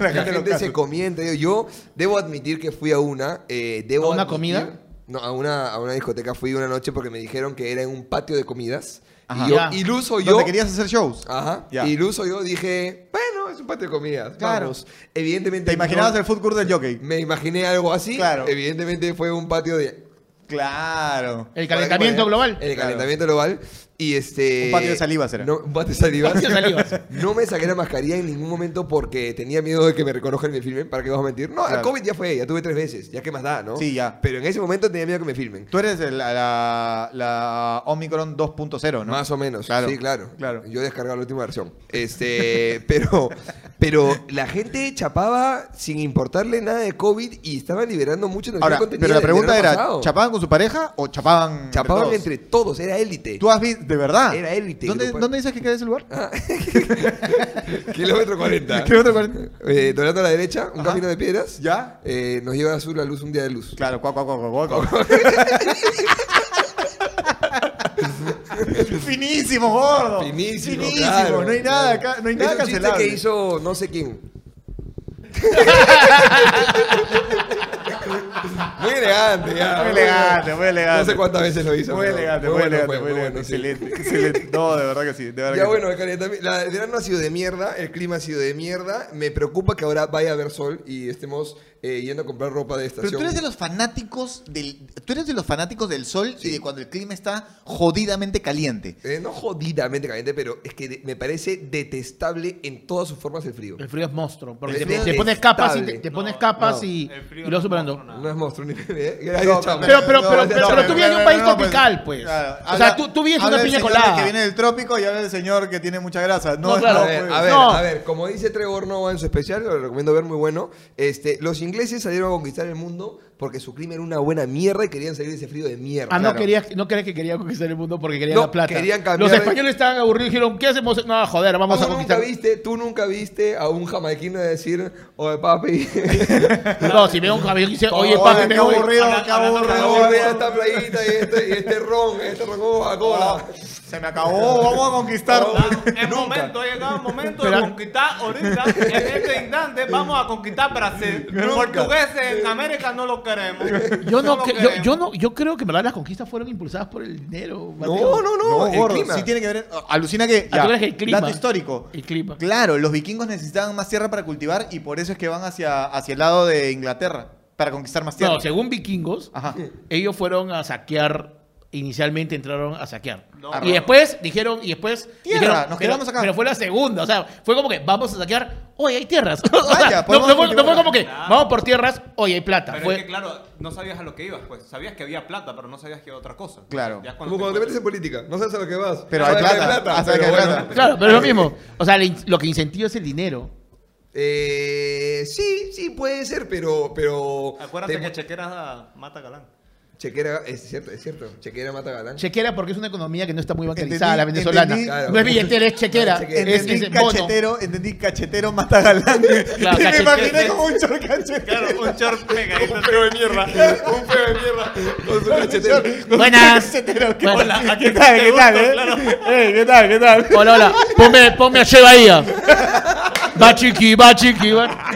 S2: La gente, se comía entre ellos. Yo debo admitir que fui a una. eh, debo
S1: ¿A una
S2: admitir-
S1: comida?
S2: No, a una, a una discoteca fui una noche porque me dijeron que era en un patio de comidas.
S4: Ajá.
S2: Y yo,
S1: Ya.
S2: iluso yo.
S4: ¿Dónde querías hacer shows?
S2: Ajá.
S4: Ya.
S2: Iluso yo dije, bueno, es un patio de comidas.
S4: Claro.
S2: Vamos. Evidentemente.
S4: ¿Te imaginabas
S2: no-
S4: el food court del jockey?
S2: Me imaginé algo así.
S4: Claro.
S2: Evidentemente fue un patio de.
S4: Claro.
S1: El calentamiento global.
S2: El calentamiento global. Y este.
S4: Un patio de salivas era.
S2: No, un patio de salivas.
S1: Patio de salivas.
S2: No me saqué la mascarilla en ningún momento porque tenía miedo de que me reconozcan y me filmen. ¿Para qué vas a mentir? No,
S4: Claro.
S2: el COVID ya fue, ya tuve tres veces. Ya qué más da, ¿no?
S4: Sí, ya.
S2: Pero en ese momento tenía miedo que me filmen.
S4: Tú eres el- la, la, la Omicron 2.0, ¿no?
S2: Más o menos,
S4: Claro.
S2: sí, claro.
S4: Claro.
S2: Yo he descargado la última versión. Este, pero, pero la gente chapaba sin importarle nada de COVID y estaban liberando mucho energía
S4: Ahora,
S2: contenido
S4: pero la
S2: del
S4: pregunta
S2: verano
S4: era,
S2: pasado.
S4: ¿chapaban con su pareja o chapaban
S2: Chapaban
S4: todos?
S2: entre todos, era élite.
S4: ¿Tú has visto, De verdad.
S2: Era élite,
S4: ¿Dónde,
S2: grupal.
S4: ¿Dónde dices que queda ese lugar?
S2: Ah. Kilómetro 40.
S4: Kilómetro 40.
S2: Eh, doblando a la derecha, un
S4: Ajá.
S2: camino de piedras.
S4: ¿Ya?
S2: Eh, nos lleva azul la luz un día de luz.
S4: Claro, cuac, cuac, cuac, cuac, cuac, cuac. Finísimo, gordo.
S2: Finísimo,
S4: Finísimo,
S2: claro,
S4: no hay nada acá, no hay nada
S2: es un chiste
S4: cancelable.
S2: que hizo no sé quién. muy elegante, ya.
S4: Muy elegante, muy elegante.
S2: No sé cuántas veces lo hizo.
S4: Muy
S2: pero
S4: elegante, muy
S2: bueno
S4: elegante,
S2: fue,
S4: muy elegante.
S2: bueno, sí.
S4: Excelente, excelente. No, de verdad que sí, de verdad
S2: Ya
S4: que
S2: bueno, el calentamiento- la- el verano ha sido de mierda, el clima ha sido de mierda. Me preocupa que ahora vaya a haber sol y estemos eh, yendo a comprar ropa de
S4: Pero
S2: estación.
S4: tú eres de los fanáticos del tú eres de los fanáticos del sol y
S2: Sí.
S4: de cuando el clima está jodidamente caliente.
S2: Eh, no jodidamente caliente, pero es que de- me parece detestable en todas sus formas el frío.
S1: El frío es monstruo. Porque
S2: El
S1: te,
S2: frío
S1: te
S2: es
S1: pones capas y te,
S2: estable.
S1: te pones
S5: No,
S1: capas
S2: no,
S1: y,
S5: el frío
S1: y lo vas
S5: no
S1: superando.
S5: monstruo,
S2: No es monstruo ni ¿eh?
S4: No,
S2: Gracias, chamo.
S1: Pero, pero,
S2: No,
S1: pero,
S2: gracias,
S1: pero,
S2: chamo.
S1: pero tú vienes de un país tropical, pues.
S4: Claro,
S1: o
S4: habla-
S1: sea, tú, tú vienes de
S4: habla
S1: una
S4: el
S1: piña
S4: señor
S1: colada.
S4: Que viene del trópico y habla del señor que tiene mucha grasa. No,
S1: No,
S4: es-
S1: claro,
S4: no,
S2: a ver,
S4: pues.
S2: a ver,
S1: No.
S2: a ver, como dice Trevor Noah en su especial, lo recomiendo ver muy bueno. Este, los ingleses salieron a conquistar el mundo porque su clima era una buena mierda y querían salir de ese frío de mierda.
S1: Ah, no
S2: Claro.
S1: querías, no querías que querían conquistar el mundo porque querían
S2: No,
S1: la plata.
S2: querían cambiar
S1: Los
S2: de-
S1: españoles estaban aburridos y dijeron, ¿qué hacemos? No, joder, vamos
S2: ¿Tú
S1: a
S2: nunca
S1: conquistar.
S2: viste, tú nunca viste a un jamaiquino decir, oye papi,
S1: No, si veo un avión y dice, oye,
S4: Oye,
S1: papi,
S4: qué
S1: me voy.
S4: aburrido,
S5: Hablando-
S4: qué
S5: hablando
S4: aburrido.
S2: acabo de ver esta playita y este, y este ron, este ron con Coca-Cola.
S4: Se me acabó, vamos a conquistar.
S5: Es momento, ha llegado el momento de conquistar ahorita, en este instante, vamos a conquistar Brasil. Los portugueses en América no lo queremos.
S1: Yo no,
S5: lo
S1: que- yo,
S5: queremos.
S1: yo no, yo creo que en verdad las conquistas fueron impulsadas por el dinero.
S2: No,
S1: Mateo.
S2: no, no, el
S4: gordo,
S2: clima.
S4: sí tiene que ver. oh, Alucina que.
S1: Ah, tú crees que el clima.
S4: Dato histórico.
S1: El clima.
S4: Claro, los vikingos necesitaban más tierra para cultivar y por eso es que van hacia, hacia el lado de Inglaterra para conquistar más tierra.
S1: No, eh, según vikingos,
S4: Ajá.
S1: ellos fueron a saquear. Inicialmente entraron a saquear.
S5: No,
S1: y
S5: no.
S1: después dijeron, y después.
S4: Tierra,
S1: dijeron,
S4: nos
S1: pero-
S4: quedamos acá.
S1: Pero fue la segunda, o sea, fue como que vamos a saquear, hoy hay tierras. O sea,
S4: Vaya,
S1: no- no,
S4: podemos
S1: fue, no fue
S4: cultivar.
S1: como que
S5: Claro.
S1: vamos por tierras, hoy hay plata.
S5: Pero
S1: fue,
S5: es que claro, no sabías a lo que ibas, pues. Sabías que había plata, pero no sabías que era otra cosa.
S4: Claro.
S5: Ya
S2: Como cuando te metes en
S5: encuentras-
S2: política, no sabes a lo que vas.
S4: Pero hay
S2: Sabes que
S4: plata, ah, sabes
S2: pero
S4: que hay
S2: bueno.
S4: plata.
S1: Claro, pero es lo mismo. O sea, le in- lo que incentiva es el dinero.
S2: Eh, sí, sí, puede ser, pero... pero
S5: Acuérdate
S2: te-
S5: que Chequeras ah, mata galán.
S2: Chequera, es cierto, es cierto. Chequera mata galán.
S1: Chequera porque es una economía que no está muy bancarizada,
S4: Entendí,
S1: la venezolana.
S4: entendí.
S2: Claro.
S1: No es billetera, es chequera.
S2: No, es chequera.
S1: es,
S4: Entendí
S1: es bono.
S4: cachetero, entendí cachetero mata galán. y me
S1: cachetero.
S4: imaginé como un chor cachetero.
S5: Claro, un short pegadito.
S2: de mierda, un feo de mierda. Con su cachetero.
S1: Buenas.
S4: Cachetero, ¿qué
S1: Bueno.
S4: tal?
S5: Hola, aquí
S4: ¿Qué tal?
S5: te
S4: ¿Qué tal?
S5: gusto,
S4: eh?
S5: claro.
S4: Ey, ¿Qué tal? ¿Qué tal?
S1: Hola, hola. Ponme, ponme a Che Bahía. Va chiqui, va chiqui. Va.